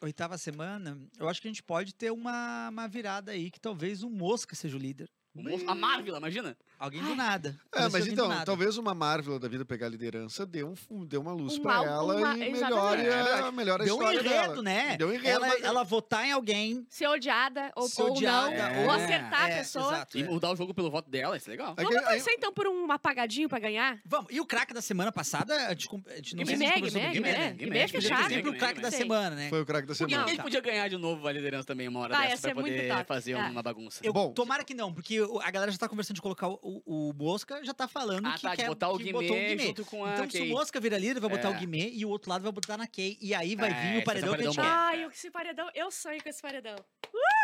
S5: oitava semana, eu acho que a gente pode ter uma, uma virada aí que talvez o Mosca seja o líder.
S2: O Mosca- a Marvel, imagina.
S5: Alguém do nada.
S4: É,
S5: Apareceu
S4: mas
S5: alguém do
S4: então,
S5: nada.
S4: talvez uma Marvel da vida pegar a liderança dê, um, fu- dê uma luz
S5: Um
S4: pra
S5: al-
S4: ela
S5: uma-
S4: e
S5: exatamente.
S4: melhore
S5: É
S4: a,
S5: verdade.
S4: melhore a
S5: Deu um
S4: história
S5: enredo,
S4: dela.
S5: né?
S4: Deu um enredo,
S5: Ela-
S4: mas-
S5: ela votar em alguém.
S3: Ser odiada ou,
S5: Ser
S3: ou
S5: odiada,
S3: não.
S5: é.
S3: Ou acertar a
S5: É,
S3: pessoa.
S5: exato,
S2: e
S5: é.
S2: mudar o jogo pelo voto dela, isso é legal.
S3: Vamos torcer então por um apagadinho pra ganhar?
S5: Vamos. E o craque da semana passada, a gente, com- a gente não
S3: Guimê,
S5: sei se a gente
S3: Guimê,
S5: conversou do
S3: Guimê,
S5: né?
S3: Guimê, Guimê é
S5: Guimê
S3: fechado.
S5: sempre o
S3: Guimê,
S5: craque da
S3: Sim.
S5: semana, né?
S4: Foi o craque da
S2: Por que
S4: semana.
S2: que a gente podia ganhar de novo a liderança também uma hora
S3: Ah, ia
S2: dessa
S3: ser
S2: pra
S3: muito
S2: poder
S3: top.
S2: fazer
S3: É.
S2: uma bagunça.
S5: Eu,
S4: Bom.
S5: Tomara que não, porque o- a galera já tá conversando de colocar o, o- o Mosca, já tá falando
S2: Ah,
S5: que
S2: tá, de
S5: quer
S2: botar o
S5: que
S2: Guimê
S5: botou o
S2: junto com a
S5: Então, se
S2: Kay.
S5: o Mosca vira líder, vai botar
S2: É.
S5: o Guimê e o outro lado vai botar na Kay. E aí vai
S2: É,
S5: vir
S2: esse é
S5: o paredão,
S2: o
S5: que a gente
S2: paredão
S5: quer.
S3: Ai, eu- esse paredão. Eu sonho com esse paredão.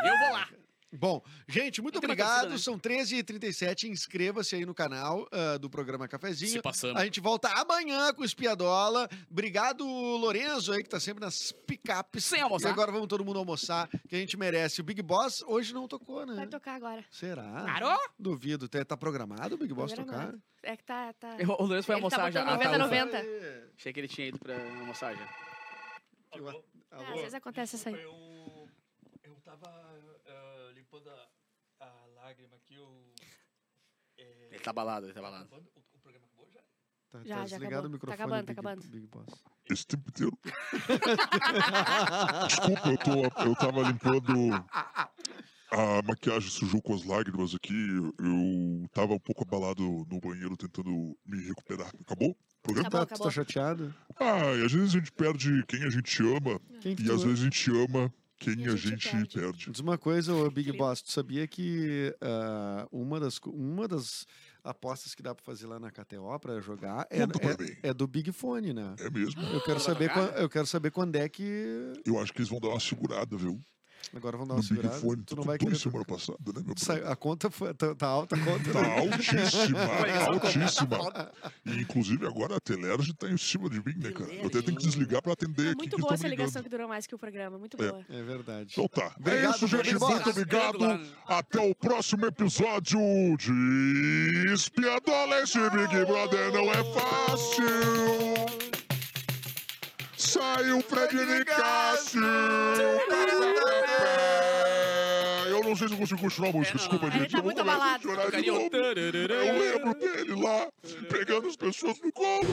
S2: Eu vou lá.
S4: Bom, gente, muito
S2: Não tem mais
S4: obrigado.
S2: torcida, né?
S4: São 13h37. Inscreva-se aí no canal ah, do programa Cafezinho.
S2: Se passamos.
S4: A gente volta amanhã com o Espiadola. Obrigado, Lorenzo, aí, que tá sempre nas picapes.
S2: Sem almoçar.
S4: E agora vamos todo mundo almoçar, que a gente merece. O Big Boss hoje não tocou, né?
S3: Vai tocar agora.
S4: Será?
S2: Claro.
S4: Duvido. Tá, tá programado o Big Boss
S3: Programado.
S4: tocar?
S3: É que tá. tá...
S2: Eu- o Lourenço foi
S3: Ele tá
S2: almoçar já.
S3: botando
S2: Ah, tá,
S3: 90,
S2: ufa.
S3: 90.
S2: Achei que ele tinha ido pra almoçar já.
S3: Ah, às vezes acontece isso aí.
S14: Eu, eu tava ah, limpando a, a lágrima aqui, eu... é,
S2: Ele tá balado, ele tá balado.
S14: acabando? O, o programa acabou já?
S4: Tá,
S3: Já,
S4: tá
S3: já
S4: desligado
S3: acabou. Tá
S4: o microfone.
S3: acabando, tá
S4: Big,
S3: acabando.
S4: Big Boss.
S1: Esse tempo inteiro. Desculpa, eu, tô, eu tava limpando a maquiagem sujou com as lágrimas aqui. Eu tava um pouco abalado no banheiro tentando me recuperar. Acabou? O Programa?
S4: tá, tu tá chateado?
S1: Ah, e às vezes a gente perde quem a gente ama
S4: Quem que
S1: e
S4: tu
S1: às
S4: ama?
S1: vezes a gente ama quem a gente perde.
S4: Diz uma coisa, ô Big Boss, tu sabia que ah, uma, das, co- uma das apostas que dá pra fazer lá na KTO pra jogar é,
S1: Conta pra
S4: é-
S1: mim.
S4: é do Big Fone, né?
S1: É mesmo?
S4: Eu quero, saber quan- eu quero saber quando é que.
S1: Eu acho que eles vão dar uma segurada, viu?
S4: Agora vão dar
S1: no
S4: uma segurada.
S1: Big Fone.
S4: Tu não vai querer.
S1: Toda semana passada, né, meu
S4: Sai- a conta foi, tá, tá alta a conta.
S1: Tá
S4: né?
S3: (laughs)
S1: altíssima, tá altíssima.
S4: (laughs)
S1: E, inclusive, agora a Telerge tá em cima de mim, né, cara? Eu até tenho que desligar pra atender aqui,
S3: É
S5: (laughs)
S3: Muito
S1: que
S3: boa
S1: estão
S3: essa
S1: me
S3: ligação
S1: ligando.
S3: que durou mais que o programa. Muito
S1: É.
S3: boa.
S4: É verdade.
S1: Então tá.
S4: Obrigado,
S1: é isso, gente.
S4: Rodrigo.
S1: Muito obrigado. Até o próximo episódio de Espiadola. Esse Big Brother não é fácil. Saiu Fred Nicásio para o café. Eu É, não tá sei se eu consigo continuar a música, desculpa, gente. eu vou começar a chorar de novo. Eu lembro dele lá, pegando as pessoas no colo.